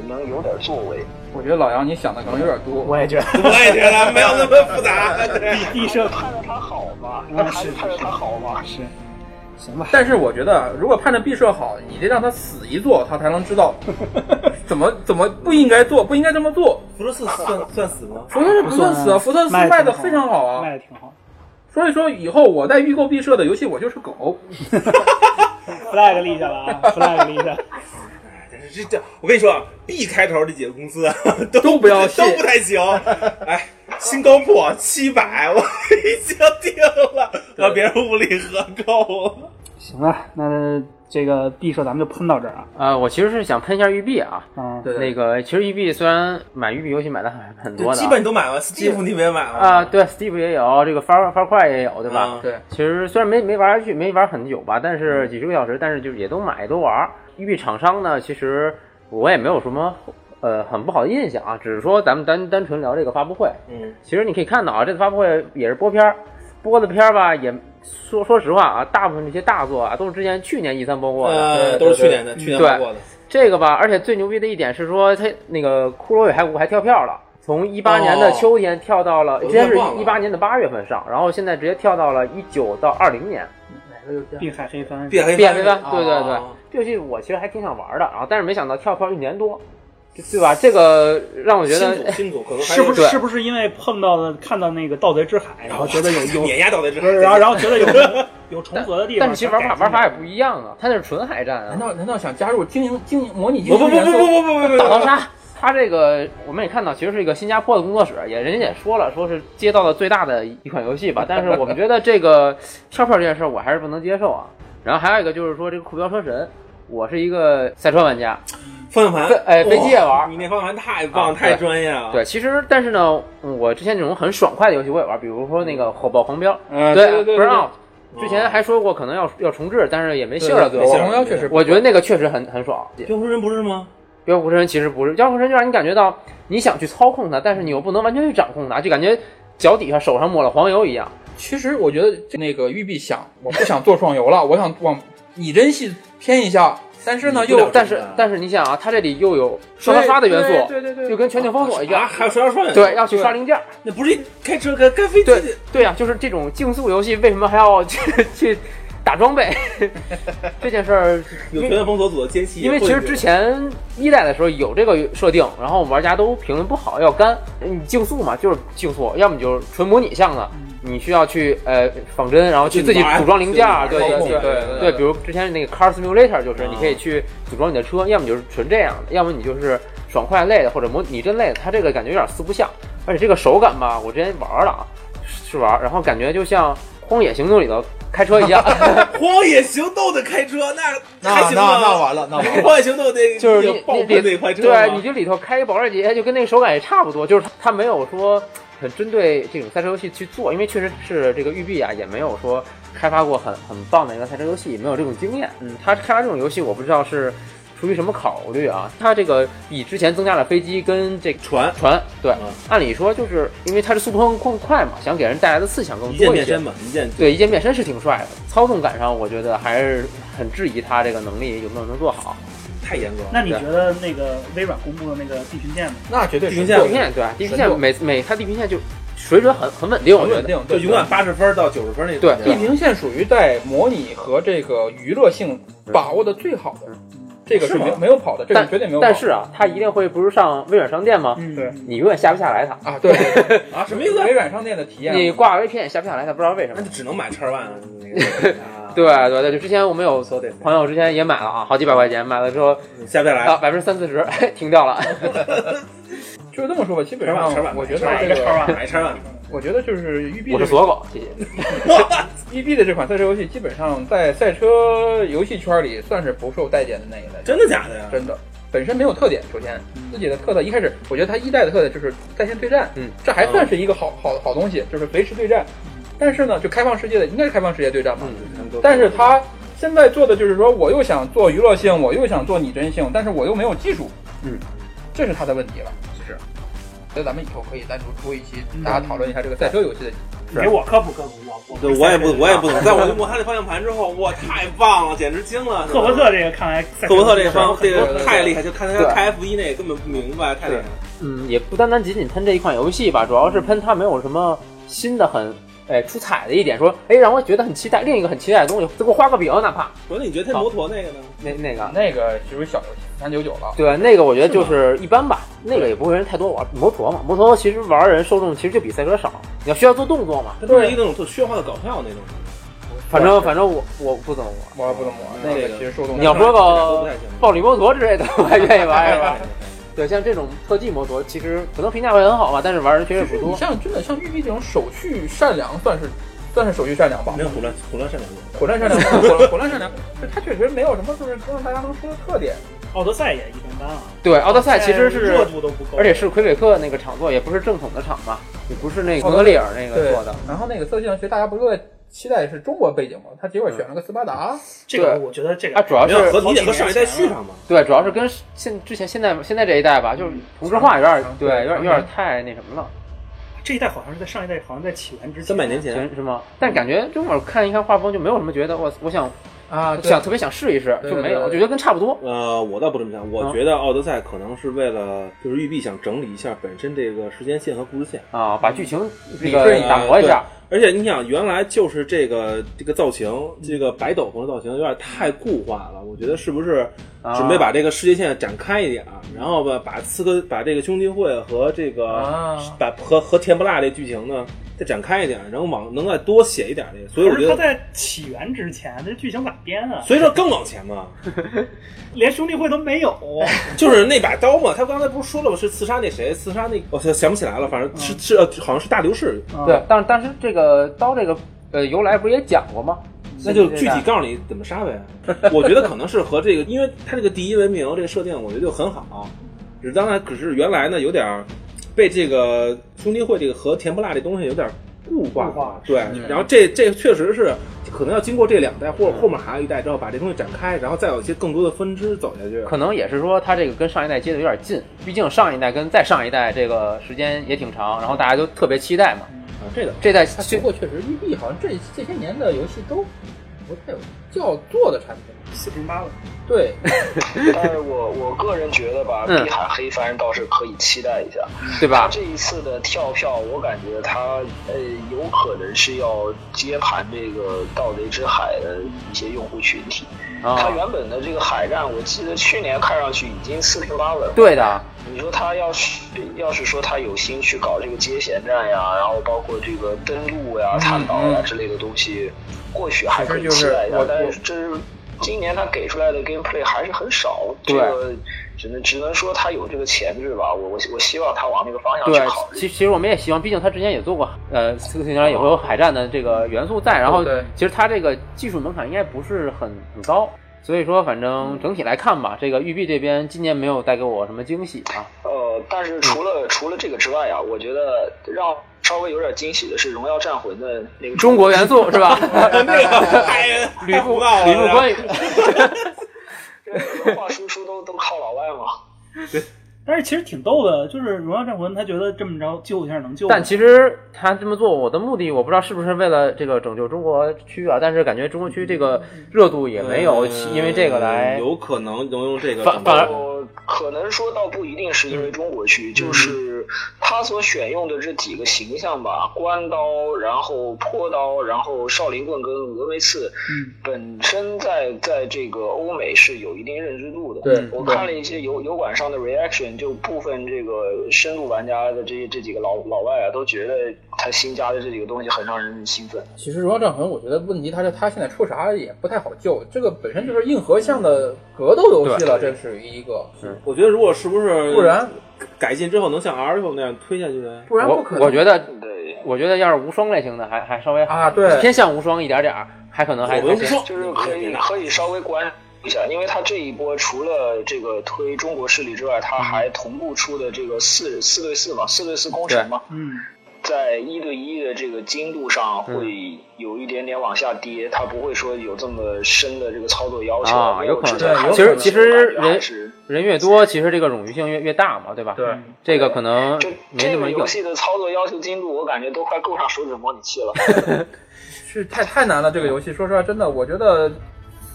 E: 能有点作为。
D: 我觉得老杨你想的可能有点多。
B: 我也觉得
C: 我也觉得没有那么复杂。
B: 毕设
E: 盼着它好吧，
B: 啊
E: 还
B: 是
E: 嗯是盼着它好吧。
B: 是行吧，
D: 但是我觉得，如果盼着毕设好，你得让他死一做，他才能知道怎么怎么不应该做，不应该这么做。
C: 辐射四算算死吗？
D: 福特这不算死啊，福特四卖的非常好啊。
B: 卖的挺好
D: 所以说以后我在预购毕设的游戏，我就是狗。
B: ，flag 立下了啊，flag 立下。
C: 这这，我跟你说啊，B 开头这几个公司啊 都
D: 都不要信
C: 都不太行。哎，新高破七百，我 已经定了，和别人无理合购了。
B: 行了，那这个毕设咱们就喷到这儿啊，
F: 呃，我其实是想喷一下育碧啊。
B: 嗯，
D: 对
F: 那个其实育碧虽然买育碧游戏买的很很多
C: 对
F: 的啊，
C: 基本都买了，Steve 你没买吗？
F: 啊，，对，Steve 也有，这个发发块也有，对吧？
C: 啊
D: 对，嗯
F: 其实虽然没没玩下去，没玩很久吧，但是几十个小时，但是就是也都买都玩儿。育碧厂商呢，其实我也没有什么呃很不好的印象啊，只是说咱们单单纯聊这个发布会。
C: 嗯，
F: 其实你可以看到啊，这次发布会也是播片儿，播的片儿吧，也说说实话啊，大部分这些大作啊，都是之前去年一三播过的。
C: 呃，
D: 对
C: 都是去
D: 对
C: 年的，去年
F: 对
C: 买过的。
F: 这个吧，而且最牛逼的一点是说，它那个《骷髅与骸骨》还跳票了，从一八年的秋天跳到了，
C: 哦都
F: 之前是
C: 忘了
F: 一八年的八月份上，然后现在直接跳到了一九到二零年。
D: 哪个游戏啊？
B: 碧海黑帆，
C: 变黑
F: 变黑
C: 翻
F: 翻，对对对
C: 哦，
F: 这游戏我其实还挺想玩的，然后但是没想到跳票一年多，对吧？这个让我觉
C: 新
F: 得哎
C: 组新组可能还
B: 是不
C: 是
B: 是
F: 对
B: 是不是因为碰到了看到那个《盗贼之海》，然后觉得有有
C: 碾压到那之
B: 不是， 然后然后觉得有 有重合的地方，
F: 但是其实玩法玩法也不一样啊，它那是纯海战
D: 难
F: 啊，
D: 道难道想加入经营经营模拟经
C: 不不
D: 营
C: 不
D: 元
C: 不
D: 素？
C: 不不 不
F: 大逃
C: 不，
F: 杀。它这个我们也看到，其实是一个新加坡的工作室，也人家也说了，说是接到了最大的一款游戏吧。但是我们觉得这个 跳票这件事儿，我还是不能接受啊。然后还有一个就是说这个酷飙车神，我是一个赛车玩家，
C: 方向盘
F: 飞，哎飞机也玩
C: 哇你那方向盘太棒，
F: 啊
C: 太专业了。
F: 对，其实但是呢，嗯我之前那种很爽快的游戏我也玩，比如说那个《火爆狂飙》，
C: 呃，对对，
F: b r o
C: 对
F: 之前还说过可能要要重置，但是也没信儿了，
D: 对，
F: 最
D: 对
F: 后
D: 小。红妖确实不，
F: 我觉得那个确实很很爽。
C: 标红人不是吗？
F: 妖狐神其实不是，妖狐神就让你感觉到你想去操控它，但是你又不能完全去掌控它，就感觉脚底下手上抹了黄油一样。
D: 其实我觉得这那个玉碧想，我不想做爽游了，我想往拟真系偏一下，但是呢
C: 你不了
D: 又
C: 解
F: 但是但是你想啊，它这里又有刷刷刷的元素，
D: 对对对，
F: 就跟全景封锁一
C: 啊，
F: 样，
C: 还有刷刷刷，
F: 对，要去刷零件。
C: 那不是开车开开飞机
F: 对对呀、就是这种竞速游戏为什么还要去 去打装 备这件事儿？
C: 有全面封锁组的间隙，
F: 因为其实之前一代的时候有这个设定，然后玩家都评论不好，要干你竞速嘛，就是竞速，要么就是纯模拟项的，你需要去呃仿真，然后去自己组装零件儿，对对对。
D: 对
F: 对，比啊如之前那个 Car Simulator 就是你可以去组装你的车，要么就是纯这样的，要么你就是爽快类的或者模拟真类的，它这个感觉有点四不像，而且这个手感吧，我之前玩了啊，试玩，然后感觉就像《荒野行动》里头开车 一样，
C: 荒野行动的开车，那
G: 那
C: 还
G: 那
C: 行
G: 那
C: 吗？
G: 完了，那
C: 那
G: 完了。
C: 荒野行动 那
F: 就是你
C: 爆
F: 你
C: 破
F: 里
C: 那块车吗，
F: 对，你就里头开一保时捷，就跟那个手感也差不多，就是它它没有说很针对这种赛车游戏去做，因为确实是这个育碧啊，也没有说开发过很很棒的一个赛车游戏，也没有这种经验。嗯，它开发这种游戏，我不知道是出于什么考虑啊，它这个比之前增加了飞机跟这个
C: 船
F: 船，对啊
C: 嗯，
F: 按理说就是因为它是速度更更快嘛，想给人带来的刺激想更
C: 一
F: 多
C: 键
F: 一
C: 变
F: 些
C: 身。嘛，一键
F: 对，一键变身是挺帅的，操纵感上我觉得还是很质疑它这个能力有没有能做好。
C: 太严格了。
B: 那你觉得那个微软公布的那个地平线呢？
D: 那绝对是
C: 地平
F: 地
C: 线
F: 平线对，地
D: 神
F: 平
D: 作
F: 线每每它地平线就水准很很稳定，我
D: 很
F: 觉
D: 稳
F: 得。
D: 定，
C: 就
D: 对
C: 永远八十分到九十分那
F: 对
C: 种。
D: 地平线属于在模拟和这个娱乐性把握的最好的，这个是没
C: 是吗
D: 没有跑的，这个
F: 嗯但
D: 绝对没有跑的。
F: 但是啊，它一定会不是上微软商店吗？
B: 嗯
D: 对
F: 你永远下不下来它。
D: 啊，对对对
C: 啊，什么意思？
D: 微软商店的体验，啊
F: 你挂 VPN 也下不下来它，不知道为什
C: 那
F: 么
C: 就。只能买叉 One 了。那个
D: 嗯
C: 啊
F: 对对对，就之前我们有
C: 搜点
F: 朋友之前也买了啊，好几百块钱买了 之后
C: 嗯下不下来
D: 哎
F: 啊，。百分之三四十 停掉了。
D: 就这么说吧，基本
C: 叉
D: 上
C: One，叉 One，
D: 我觉得
B: 买
D: 这
B: 一个
D: 个，
B: 叉 One
C: 买叉 One。
D: 我觉得就是育碧
F: 我
D: 的
F: 是锁狗，谢谢。
D: 育碧的这款赛车游戏，基本上在赛车游戏圈里算是不受待见的那一类，
C: 真的假的呀？
D: 真的。本身没有特点，首先自己的特色，一开始我觉得它一代的特点就是在线对战，
F: 嗯，
D: 这还算是一个好好好东西，就是随时对战。但是呢，就开放世界的应该是开放世界对战吧，
F: 嗯
D: 但是他现在做的就是说，我又想做娱乐性，我又想做拟真性，但是我又没有技术，
F: 嗯，
D: 这是他的问题了。其实，所以咱们以后可以单独出一期，大家讨论一下这个赛车游戏的。
B: 你给我科普科普，我我
C: 对，我也不，我也不懂。在我摸他那方向盘之后，哇，太棒了，简直惊了！
B: 赫伯特这个看来赛车
C: 特伯特这方这
D: 对对
C: 个
D: 对
C: 太厉害，就看他
F: 对
C: 开 F 一那个根本不明白，太厉害了。
F: 嗯，也不单单仅仅喷这一款游戏吧，主要是喷它没有什么新的很哎出彩的一点，说哎让我觉得很期待，另一个很期待的东西，再给我画个饼，哪怕
C: 我说你觉得他摩托那个呢？
F: 那那个
D: 那个就是小游戏，三九九了。
F: 对，那个我觉得就是一般吧，那个也不会人太多玩。摩托嘛，摩托其实玩的人受众其实就比赛车少，你要需要做动作嘛。
C: 他都是一个那种特虚幻的搞笑那种。
F: 反正反正我我不怎么玩。
D: 玩不怎么玩，那个其实受众
F: 你要说
C: 都不
F: 个
C: 太行
F: 暴力摩托之类的，我还愿意玩 一玩。对，像这种特技摩托，其实可能评价会很好吧，但是玩的人确实
D: 其实
F: 不
D: 你
F: 多。
D: 像真的像玉碧这种手续善良，算是算是手续善良吧
F: 嗯
C: 没。有胡乱胡乱上两
D: 火战善良， 火火战善良，就它确实没有什么就是让大家能说的特点。
B: 奥德赛也一般般啊。
F: 对，奥德赛其实是
B: 热，度都不够，
F: 而且是魁北克那个厂做，也不是正统的厂嘛，也不是那个蒙德利尔那个
D: 对
F: 做的。，
D: 然后那个色系上学，大家不都在期待是中国背景吗？他结果选了个斯巴
F: 嗯
D: 达，
B: 这个
F: 对啊
B: 我觉得这
F: 它
B: 个
F: 主要
C: 没有
F: 是
C: 和你得和上一代续上嘛。
F: 对，主要是跟现之前现在现在这一代吧，就是同质化有点
D: 嗯
F: 对，有点有点
D: 嗯
F: 太那什么了。
B: 这一代好像是在上一代好像在起源之前
C: 三百年前，
F: 行是吗？但感觉这会儿看一看画风就没有什么觉得我我想
D: 啊，对
F: 想特别想试一试，
D: 对
F: 就
D: 对
F: 没
D: 对
F: 有，
D: 对
F: 就觉得跟差不多。
C: 呃，我倒不这么想，我
F: 嗯
C: 觉得《奥德赛》可能是为了就是育碧想整理一下本身这个时间线和故事线。
F: 啊，把剧情这
D: 嗯理
F: 个
D: 顺
F: 打磨一下。
C: 而且你想，原来就是这个这个造型，这个白斗篷的造型有点太固化了。我觉得是不是准备把这个世界线展开一点儿，然后吧，把刺客把这个兄弟会和这个、
D: 啊
C: 把和和甜不辣这剧情呢再展开一点儿，然后往能再多写一点儿这个。所以我
B: 可
C: 觉
B: 是他
C: 得，
B: 在起源之前，这剧情咋编啊？
C: 所以说更往前嘛，
B: 连兄弟会都没有。
C: 就是那把刀嘛，他刚才不是说了吗？是刺杀那谁，刺杀那我、操想不起来了，反正是是、呃好像是大流士，
F: 对，但是但是这个刀这个呃由来不是也讲过吗？
D: 嗯
C: 那就具体告诉你怎么杀呗。我觉得可能是和这个，因为它这个第一文明这个设定，我觉得就很好。只是当然，只是原来呢有点儿被这个兄弟会这个和甜不辣这东西有点儿固化
B: 固化
C: 对，然后这这确实是可能要经过这两代或者后面还有一代之后，把这东西展开，然后再有一些更多的分支走下去。
F: 可能也是说他这个跟上一代接的有点近，毕竟上一代跟再上一代这个时间也挺长，然后大家都特别期待嘛。
C: 啊，这个
F: 这代
D: 嗯它
F: 就
D: 不过确实育碧好像这这些年的游戏都不太有叫做的产品。
B: 四平八稳，
D: 对，
E: 但是我我个人觉得吧，
F: 嗯
E: 碧海黑帆倒是可以期待一下。
F: 对吧？
E: 这一次的跳票，我感觉他呃有可能是要接盘这个《盗贼之海》的一些用户群体。他
F: 啊，
E: 原本的这个海战，我记得去年看上去已经四平八稳了。
F: 对的，
E: 你说他要是要是说他有心去搞这个接弦战呀，然后包括这个登陆呀、探岛呀之类的东西，或许还可以期待一下
D: 嗯其实就是我。
E: 但是这是今年他给出来的 gameplay 还是很少，这
F: 对
E: 个只能只能说他有这个潜质吧。我我我希望他往那个方向去
F: 对
E: 考，虑。
F: 其其实我们也希望，毕竟他之前也做过，呃，四个星球也会有海战的这个元素在，然后
D: 对
F: 其实他这个技术门槛应该不是很很高，所以说反正整体来看吧，这个育碧这边今年没有带给我什么惊喜啊，
E: 呃，但是除了、
D: 嗯
E: 除了这个之外啊，我觉得让稍微有点惊喜的是《荣耀战魂》的那个
F: 中国元素是吧？
C: 那个
F: 哎
C: 太
F: 吕布
C: 闹了，
F: 吕布关羽，
E: 文化输出都都靠老外嘛。
B: 但是其实挺逗的，就是《荣耀战魂》，他觉得这么着救一下能救吗，
F: 但其实他这么做，我的目的我不知道是不是为了这个拯救中国区啊，但是感觉中国区这个热度也没有
C: 嗯
F: 因为这个来
C: 有可能能用这个
F: 反反而嗯
E: 呃，可能说倒不一定是因为中国区，就是他所选用的这几个形象吧，关刀，然后坡刀，然后少林棍跟峨眉刺，
B: 嗯
E: 本身在在这个欧美是有一定认知度的。
D: 对
E: 我
D: 对
E: 看了一些油油管上的 reaction，就部分这个深度玩家的这这几个老老外啊，都觉得他新加的这几个东西很让人兴奋。
D: 其实《荣耀战魂》，我觉得问题它是它现在出啥也不太好救，这个本身就是硬核向的格斗游戏了，这是一个，
C: 我觉得如果是不是
D: 不然
C: 改进之后能像 R F 那样推下去呢？
D: 不然不
F: 我
D: 可能。
F: 我觉得
E: 对。
F: 我觉得要是无双类型的还还稍微好
D: 啊，对，
F: 偏向无双一点点儿，还可能还
C: 我们
F: 还
C: 无
F: 行
C: 双
E: 就是可以可以稍微关注一下，因为他这一波除了这个推中国势力之外，
F: 嗯
E: 他还同步出的这个四四对四嘛，四对四攻城嘛，
B: 嗯，
E: 在一对一的这个精度上
F: 嗯
E: 会有一点点往下跌，他不会说有这么深的这个操作要求，
F: 啊，
E: 没
F: 有可
E: 之
D: 对
E: 前
F: 能。
D: 有
F: 其
D: 可能
F: 实其实
E: 感觉还
F: 人
E: 是
F: 人越多，其实这个冗余性越越大嘛，对吧？
D: 对，
F: 这个可能
E: 这
F: 没
E: 这
F: 那么
E: 个
F: 硬
E: 游。戏的操作要求精度，我感觉都快够上手指模拟器了。
D: 是太太难了。这个游戏，说实话，真的，我觉得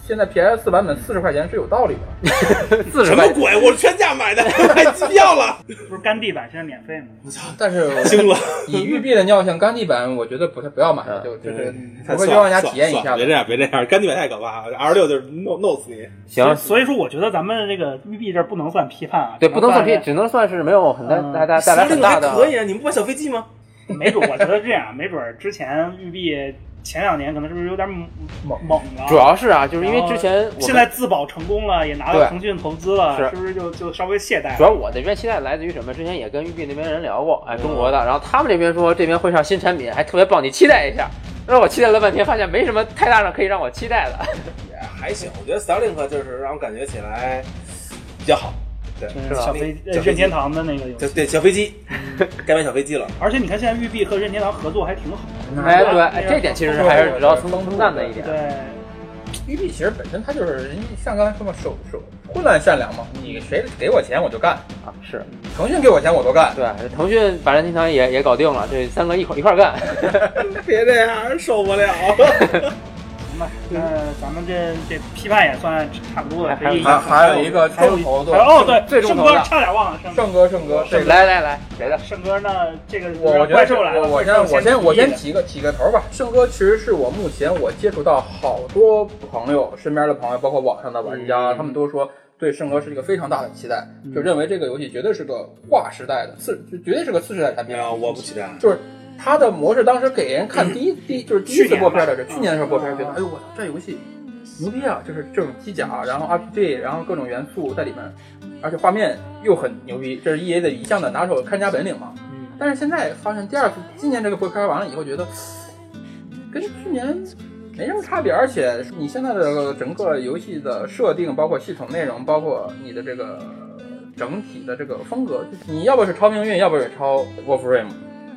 D: 现在 PS 版本四十块钱是有道理 的。
F: 四十
C: 什
F: 块
C: 么鬼？我是全价买 的，买机票了，
B: 不是干地板现在免费吗？
D: 但是
C: 惊了。嗯
D: 以育碧的尿性，干地版我觉得不太不要买了，就就是我会就让大家体验一下
C: 算了算了别
D: 的
C: 这。样，别这样，干地板太可怕了。R 六就是弄弄死你。
F: 行，
B: 所以说我觉得咱们这个育碧这儿不能算批判啊，
F: 对，不能算
B: 批
F: 批，，只能算是没有很大
B: 嗯
F: 带带带来很大的
C: 司令还可以啊，你们不玩小飞机吗？
B: 没准我觉得这样，没准儿之前育碧前两年可能是不是有点猛
D: 猛
B: 猛了，
F: 主要是啊，就是因为之前我们
B: 现在自保成功了，也拿
F: 对
B: 到腾讯投资了，
F: 是
B: 是不是就就稍微懈怠
F: 主
B: 了？
F: 要我这边期待来自于什么？之前也跟育碧那边人聊过，哎，中国的，然后他们这边说这边会上新产品，还特别棒，你期待一下。让我期待了半天，发现没什么太大的可以让我期待的，
C: 也还行，我觉得 Starlink 就是让我感觉起来比较好。对，
B: 嗯
F: 是吧
B: 小飞呃
C: 小飞
B: 任天
C: 机
B: 堂的那个游
C: 对
B: 戏，
C: 对，小飞 机，该买小飞机了。
B: 而且你看现在育碧和任天堂合作还挺好，
F: 哎，对，哎，这点其实还是比较从从淡的一点。
B: 对，
D: 育碧其实本身它就是人家像刚才说嘛，手手混乱善良嘛，
B: 嗯
D: 你谁给我钱我就干，
F: 啊，是
D: 腾讯给我钱我都干。
F: 对，腾讯把任天堂也也搞定了，这三个一块一块儿干。
D: 哎
C: 别这样，受不了。
B: 行吧，呃，咱们这这批判也算差不多了，这一
D: 还还有一个
B: 还有
D: 重
B: 一还
D: 头的
B: 有哦，对，
D: 最重
B: 胜
D: 头
B: 哥
D: 的
B: 差点忘了，胜哥，
D: 圣哥圣哥， 这个
F: 来来来，谁的？
B: 胜哥呢？这个
D: 我我觉
B: 怪
D: 得
B: 兽来了，
D: 我我
B: 怪兽
D: 先我先我
B: 提议
D: 先
B: 的
D: 起个起个头吧。圣哥其实是我目前我接触到好多朋友身边的朋友，包括网上的玩
B: 嗯
D: 家，他们都说对圣哥是一个非常大的期待，就认为这个游戏绝对是个划时代的次，就绝对是个次时代产品。
C: 啊，我不期待。
D: 就是它的模式，当时给人看第一第一就是第一次播片的嗯时候，去年的时候播片，觉得哎呦我操这游戏牛逼啊！就是这种机甲，然后 RPG，然后各种元素在里面，而且画面又很牛逼，这是 EA 的一向的拿手看家本领嘛。但是现在发现第二次今年这个播片完了以后，觉得跟去年。没什么差别，而且你现在的整个游戏的设定，包括系统内容，包括你的这个整体的这个风格，你要不是超命运，要不是超 Warframe，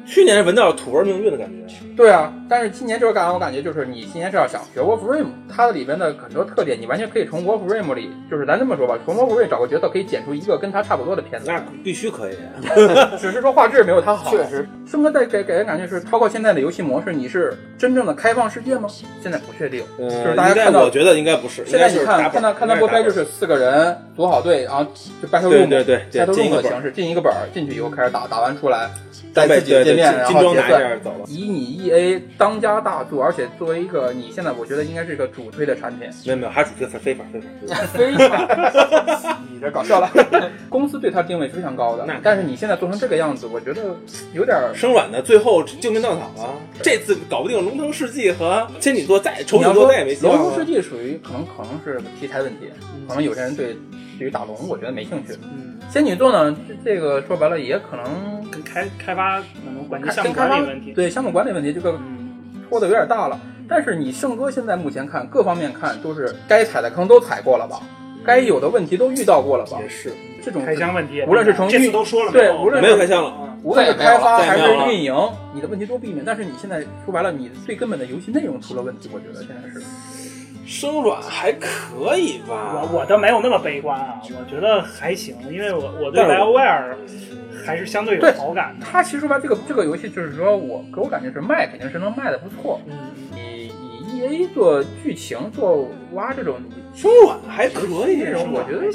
C: 去年闻到土味命运的感觉，
D: 对啊，但是今年这首感我感觉就是你今年是要想学 Warframe，它里边的很多特点，你完全可以从 Warframe 里，就是咱这么说吧，从 Warframe 找个角色可以剪出一个跟他差不多的片子，
C: 那必须可以。啊
D: 只是说画质没有它好。
F: 确实，
D: 生哥在给给人感觉是，包括现在的游戏模式，你是真正的开放世界吗？现在不确定，
C: 嗯，
D: 就是大家
C: 应该
D: 看到
C: 我。觉得应该不是。
D: 现在
C: 应
D: 你
C: 该是
D: 看
C: 打本
D: 看到看到播拍就是四个人组好队，然后就 battle
C: 对
D: room，
C: 对对对
D: battle
C: 进一
D: room
C: 个
D: 的
C: 本
D: 形式，进一个本儿进去以后开始打，打完出来再
C: 对
D: 自
C: 对
D: 己界
C: 对，
D: 面，
C: 金
D: 然
C: 金
D: 后
C: 装
D: 结
C: 拿一下
D: 算。
C: 就走了。
D: 以你 E A 当家大作，而且作为一个你现在我觉得应该是一个主推的产品，
C: 没有没有，还是非法非法非法。非法
D: 非常，你这搞笑了。 公司对它定位非常高的
C: 那，
D: 但是你现在做成这个样子，我觉得有点儿。
C: 生软的最后救命稻草了，这次搞不定龙腾世纪和仙女座再丑
D: 你
C: 女
D: 要
C: 座
D: 说
C: 再也没希
D: 龙
C: 望
D: 珠世
C: 了。
D: 纪属于可能可能是题材问题，可能有些人对对于打龙我觉得没兴趣。仙女座呢，这这个说白了也可能
B: 嗯跟开开发可能管
D: 跟
B: 理项目
D: 开
B: 管
D: 发
B: 理问题，嗯
D: 对项目管理问题这个拖的有点大了。但是你圣哥现在目前看各方面看都是该踩的坑都踩过了吧，该有的问题都遇到过了吧，
C: 也是，
D: 这种
B: 开箱问题也，
D: 无论是从
B: 这
D: 运
B: 次都说了
D: 对
B: 没有嗯
D: 无论
C: 没有开箱了，
D: 无论是
F: 再也没
D: 开
F: 有了
D: 发
C: 再也
D: 还
C: 没
D: 是
C: 有了
D: 运营，你的问题都避免。但是你现在说白了，你最根本的游戏内容出了问题，我觉得现在是。
C: 生软还可以吧。
B: 我我倒没有那么悲观啊，我觉得还行，因为我我对
C: 但是我
B: BioWare 还是相对有
D: 对
B: 好感的。
D: 它其实说白了这个这个游戏就是说我给我感觉是卖肯定是能卖的不错。
B: 嗯，
D: 以以 E A 做剧情做挖这种
C: 生软还可以
D: 内，容，我觉得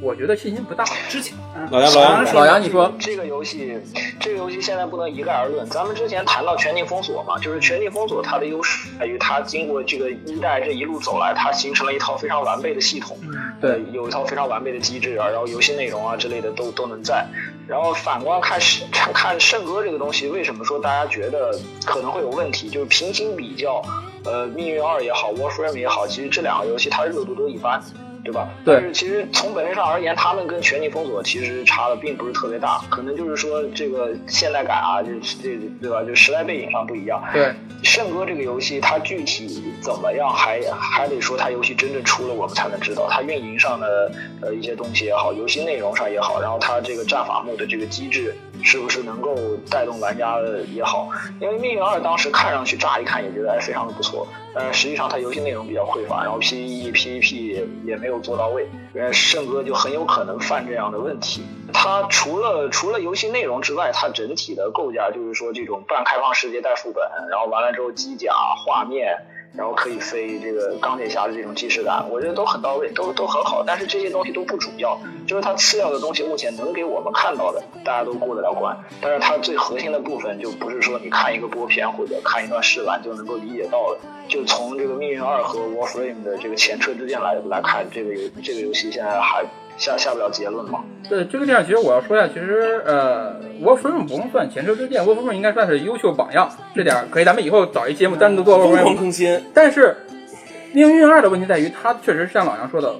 D: 我觉得信心不大。
B: 之前
C: 老杨老杨
B: 是
D: 老杨，你说
E: 这个游戏，这个游戏现在不能一概而论。咱们之前谈到《全境封锁》嘛，就是《全境封锁》它的优势在于它经过这个一代这一路走来，它形成了一套非常完备的系统，
D: 对，
E: 有一套非常完备的机制啊，然后游戏内容啊之类的都都能在。然后反观看看看圣歌这个东西，为什么说大家觉得可能会有问题？就是平行比较，呃，《命运二》也好，《Warframe》也好，其实这两个游戏它热度都一般。对吧？
D: 对
E: 但是其实从本质上而言，他们跟《全境封锁》其实差的并不是特别大，可能就是说这个现代感啊，这这对吧？就时代背景上不一样。
D: 对，
E: 圣歌这个游戏，它具体怎么样还，还得说它游戏真正出了，我们才能知道。它运营上的呃一些东西也好，游戏内容上也好，然后它这个战法幕的这个机制是不是能够带动玩家的也好。因为《命运二》当时看上去乍一看也觉得哎非常的不错，但是实际上它游戏内容比较匮乏，然后 PVE、PVP 也也没有做到位，呃，圣歌就很有可能犯这样的问题。它除了除了游戏内容之外，它整体的构架就是说这种半开放世界带副本，然后完了之后机甲、画面，然后可以飞这个钢铁侠的这种既视感，我觉得都很到位，都都很好。但是这些东西都不主要，就是它次要的东西，目前能给我们看到的，大家都过得了关。但是它最核心的部分，就不是说你看一个播片或者看一段试玩就能够理解到的。就从这个《命运二》和《Warframe》的这个前车之鉴来来看，这个游这个游戏现在还下下不了结论嘛。
D: 对这个地方，其实我要说一下，其实呃，Warframe 不用算前车之鉴，Warframe 应该算是优秀榜样，这点儿可以，咱们以后找一节目单独做
C: 疯狂
D: Warframe。
C: 更新，
D: 但是《命运二》的问题在于，它确实像老杨说的，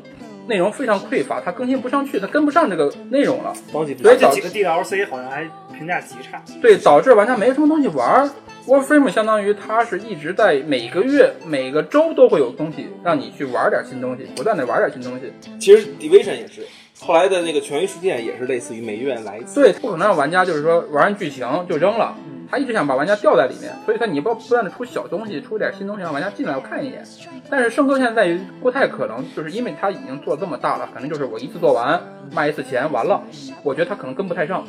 D: 内容非常匮乏，它更新不上去，它跟不上这个内容了。
C: 帮起不
D: 所以
B: 这
D: 导
B: 几个 DLC 好像还评价极差。
D: 对，导致玩家没什么东西玩儿。Warframe 相当于它是一直在每个月、每个周都会有东西让你去玩点新东西，不断的玩点新东西。
C: 其实 Division 也是，后来的那个权威事件也是类似于每月来一次。
D: 对，不可能让玩家就是说玩完剧情就扔了。他一直想把玩家吊在里面，所以他你不不断的出小东西，出点新东西让玩家进来我看一眼。但是圣斗现在在于不太可能，就是因为他已经做这么大了，可能就是我一次做完卖一次钱完了，我觉得他可能跟不太上，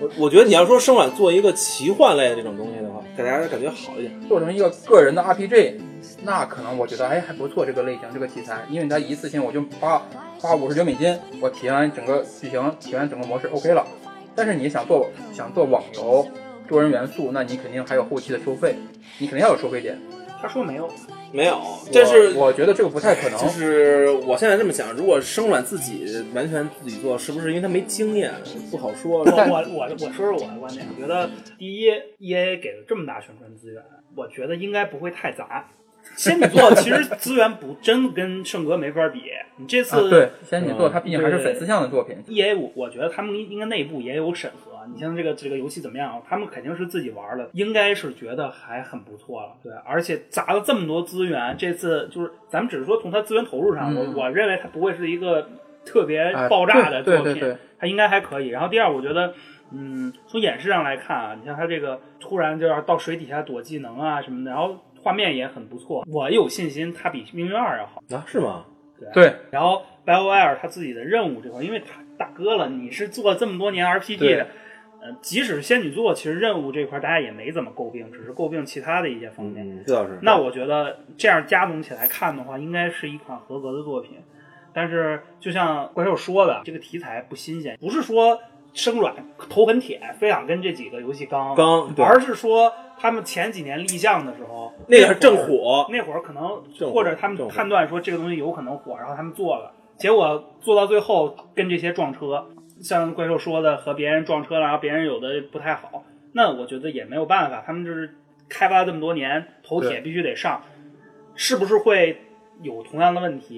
C: 我我觉得你要说生晚做一个奇幻类的这种东西的话，给大家感觉好一点。
D: 做成一个个人的 RPG，那可能我觉得哎还不错这个类型这个题材，因为它一次性我就花花五十九美金，我体验完整个剧情，体验完整个模式 OK 了。但是你想做想做网游多人元素，那你肯定还有后期的收费，你肯定要有收费点。
B: 他说没有，
C: 没有，但是
D: 我我觉得这个不太可能
C: 就。是我现在这么想，如果生软自己完全自己做，是不是因为他没经验，不好说？
B: 我我我我说说我的观点，我觉得第一，E A 给了这么大宣传资源，我觉得应该不会太杂。仙女座其实资源不真跟圣歌没法比，你这
D: 啊
B: 次、
D: 对，仙女座
C: 嗯
D: 它毕竟还是粉丝向的作品，
B: E A，我我觉得他们应该内部也有审核。你像这个这个游戏怎么样？啊他们肯定是自己玩的，应该是觉得还很不错了。对，而且砸了这么多资源，这次就是咱们只是说从它资源投入上，
D: 嗯
B: 我我认为它不会是一个特别
D: 啊
B: 爆炸的
D: 对
B: 作品，
D: 对对对，
B: 它应该还可以。然后第二，我觉得。嗯，从演示上来看啊，你像它这个突然就要到水底下躲技能啊什么的，然后画面也很不错，我有信心它比《命运二》要好。
C: 啊，是吗？
D: 对
B: 然后 BioWare 他自己的任务这块，因为他大哥了，你是做了这么多年 RPG
C: 对
B: 的，呃，即使是仙女座，其实任务这块大家也没怎么诟病，只是诟病其他的一些方面。
C: 嗯，这倒是。
B: 那我觉得这样加总起来看的话，应该是一款合格的作品。但是就像怪兽说的，这个题材不新鲜，不是说生软头很铁，非想跟这几个游戏刚，
C: 刚对
B: 而是说他们前几年立项的时候，
C: 那个是正
B: 会儿
C: 火，
B: 那会儿可能
C: 正火
B: 或者他们
C: 正火
B: 判断说这个东西有可能火，然后他们做了，结果做到最后跟这些撞车，像怪兽说的和别人撞车了，然后别人有的不太好，那我觉得也没有办法，他们就是开发这么多年，头铁
D: 对
B: 必须得上，是不是会有同样的问题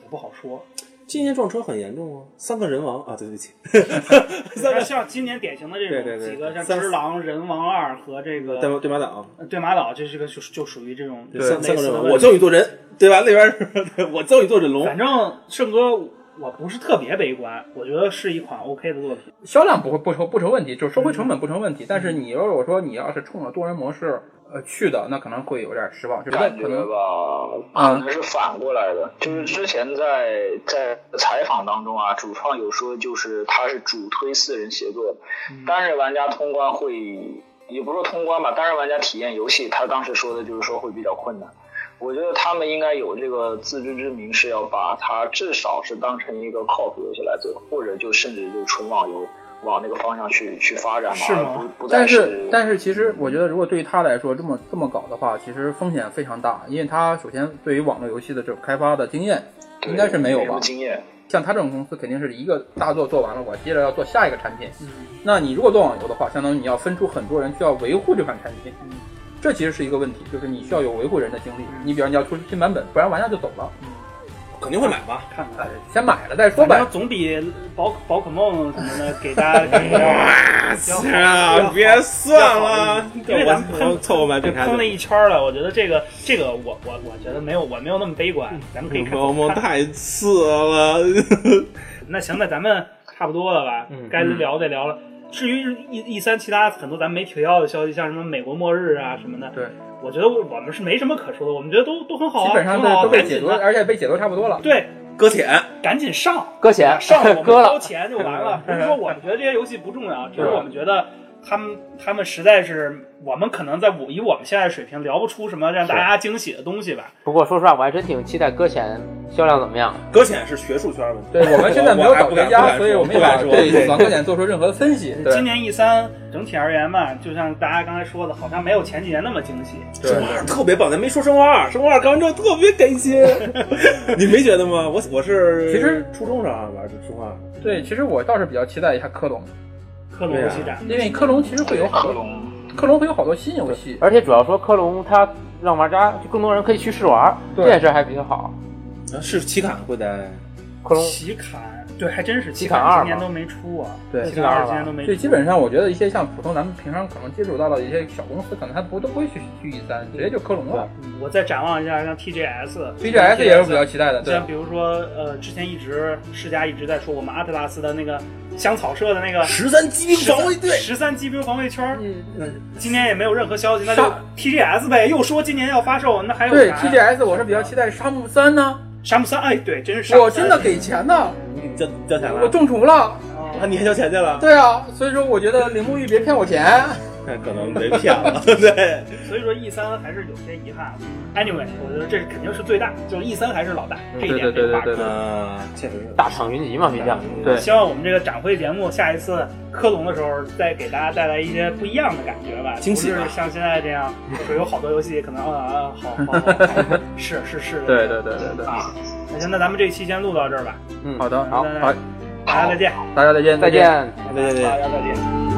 B: 也不好说。
C: 今年撞车很严重啊，三个人亡啊！对对不起， 三
B: 但
C: 个
B: 是像今年典型的这
C: 对对
B: 种
C: 对
B: 几个像
C: 三
B: 只狼、人王二和这
C: 对
B: 个
C: 马对马党，
B: 对马岛，这是个就就属于这种类
C: 三
B: 似
C: 三个人
B: 的
C: 亡，
B: 问
C: 我
B: 题。
C: 教你做人，对吧？那边是 对我教你做忍
D: 哦
C: 龙，
B: 反正圣哥，我不是特别悲观，我觉得是一款 OK 的作品。
D: 销量不会不成不成问题，就是收回成本不成问题。但是你要是我说你要是冲着多人模式呃去的，那可能会有点失望，就觉得
E: 感觉
D: 可能
E: 吧，
D: 啊
E: 可能是反过来的。就是之前在在采访当中啊，主创有说，就是他是主推四人协作的，
D: 嗯
E: 单人玩家通关会，也不是说通关吧，单人玩家体验游戏，他当时说的就是说会比较困难。我觉得他们应该有这个自知之明，是要把它至少是当成一个靠谱游戏来做，或者就甚至就纯网游往那个方向去去发展嘛，
B: 是吗
E: 而不不再
D: 但
E: 是
D: 是，但是其实我觉得，如果对于他来说这么这么搞的话，其实风险非常大，因为他首先对于网络游戏的这种开发的经验
E: 对
D: 应该是没有
E: 什么
D: 吧。
E: 经验。
D: 像他这种公司肯定是一个大作做完了，我接着要做下一个产品。那你如果做网游的话，相当于你要分出很多人去要维护这款产品，这其实是一个问题，就是你需要有维护人的精力。你比方你要出新版本，不然玩家就走了，
C: 肯定会买吧？
B: 看
D: 哎
B: 看，
D: 先买了再说
B: 反
D: 呗
B: 正。总比宝宝可梦什么的给大 家
D: 哎
B: 感觉要好要好
C: 啊别算了，
B: 因为咱们
C: 我我
B: 喷
C: 凑合买
B: 被
C: 这台
B: 坑了一圈儿了，我觉得这个这个我我我觉得没有我没有那么悲观，
D: 嗯
B: 咱们可以看
C: 嗯我梦
B: 看
C: 太次了，
B: 那行，那咱们差不多了吧？
D: 嗯
B: 该聊的聊了。至于一一三其他很多咱们没提到的消息，像什么美国末日啊什么的，
D: 嗯对，
B: 我觉得我我们是没什么可说的，我们觉得都都很好啊，
D: 基本上
B: 挺好啊
D: 都都被
B: 赶紧
D: 解读，
B: 的
D: 而且被解读差不多了。
B: 对，
C: 搁浅。
B: 赶紧上，
F: 搁浅
B: 上我们
F: 搁了
B: 交钱就完 了。不是说我们觉得这些游戏不重要，只是我们觉得他们他们实在是，我们可能在我以我们现在的水平聊不出什么让大家惊喜的东西吧。
F: 不过说实话，我还真挺期待搁浅销量怎么样。
C: 搁浅是学术圈问题。
D: 对我们现在没有
C: 我还
D: 找
C: 不敢
D: 专
C: 不敢说
D: 家，所以我没
C: 不敢
D: 法
C: 说
D: 对
C: 对
D: 王哥点做出任何的分析。对
B: 今年 E 三整体而言吧，就像大家刚才说的，好像没有前几年那么惊喜。
D: 对
C: 生活二特别棒，咱没说生活二，生活二看完之后特别开 心，你没觉得吗？我我是
D: 其实
C: 初中上玩的生化二，
D: 对，其实我倒是比较期待一下科隆，
B: 克隆游戏展，
D: 因为科隆其实会有好
E: 克
D: 多，
E: 隆
D: 科隆会有好多新游戏。
F: 而且主要说科隆它让玩家就更多人可以去试玩，
D: 对
F: 这件事还比较好。
D: 嗯
C: 是奇坎会在
F: 科隆
B: 奇坎对，还真是
F: 七
B: 七
F: 砍
B: 砍
F: 二
B: 今年
F: 嘛
B: 都没出啊，
D: 对
B: 七
F: 七
B: 砍
F: 砍二
B: 二今
F: 吧
B: 年都没出，
D: 就基本上，我觉得一些像普通咱们平常可能接触到的一些小公司，可能还不都不会去去 E 三，直接就科隆了。
B: 嗯我再展望一下，像 TGS、
D: VGS 也是比较期待的，对
B: 像。比如说，呃，之前一直世嘉一直在说我们阿特拉斯的那个香草社的那个
C: 十三机兵防卫队，
B: 十三机兵防卫圈儿，
C: 嗯，
B: 今年也没有任何消息，那就 TGS 呗。又说今年要发售，那还有
D: 对
B: 啥
D: TGS 我是比较期待《沙漠三》呢，
B: 沙姆三，哎，对，真是沙姆
D: 我
B: 三
D: 真的给钱呢，
C: 你嗯交交钱
D: 我
C: 了？
D: 中途了。
B: 哦
C: 啊，你还交钱去 了？
D: 对啊，所以说我觉得林沐玉别骗我钱。
C: 那可能被骗了。对，
B: 所以说 E 三还是有些遗憾。Anyway，我觉得这肯定是最大，就是 E 三还是老大，这一点
D: 嗯对对对
B: 没法
D: 对对
B: 说
C: 啊，确实是。
F: 大厂云集嘛，云将。
D: 对
B: 希望我们这个展会节目下一次科隆的时候，再给大家带来一些不一样的感觉吧，
C: 惊喜
B: 不
C: 吧
B: 是像现在这样，就是有好多游戏可能啊，啊好好好，好 是是是，
D: 对对对对对，
B: 啊，那行，那咱们这一期先录到这儿吧，
F: 嗯，
D: 好的，好，好，
B: 大家再见，
D: 大家再见，
F: 再见。
C: 对对对
B: 大。家再见。
D: 拜拜。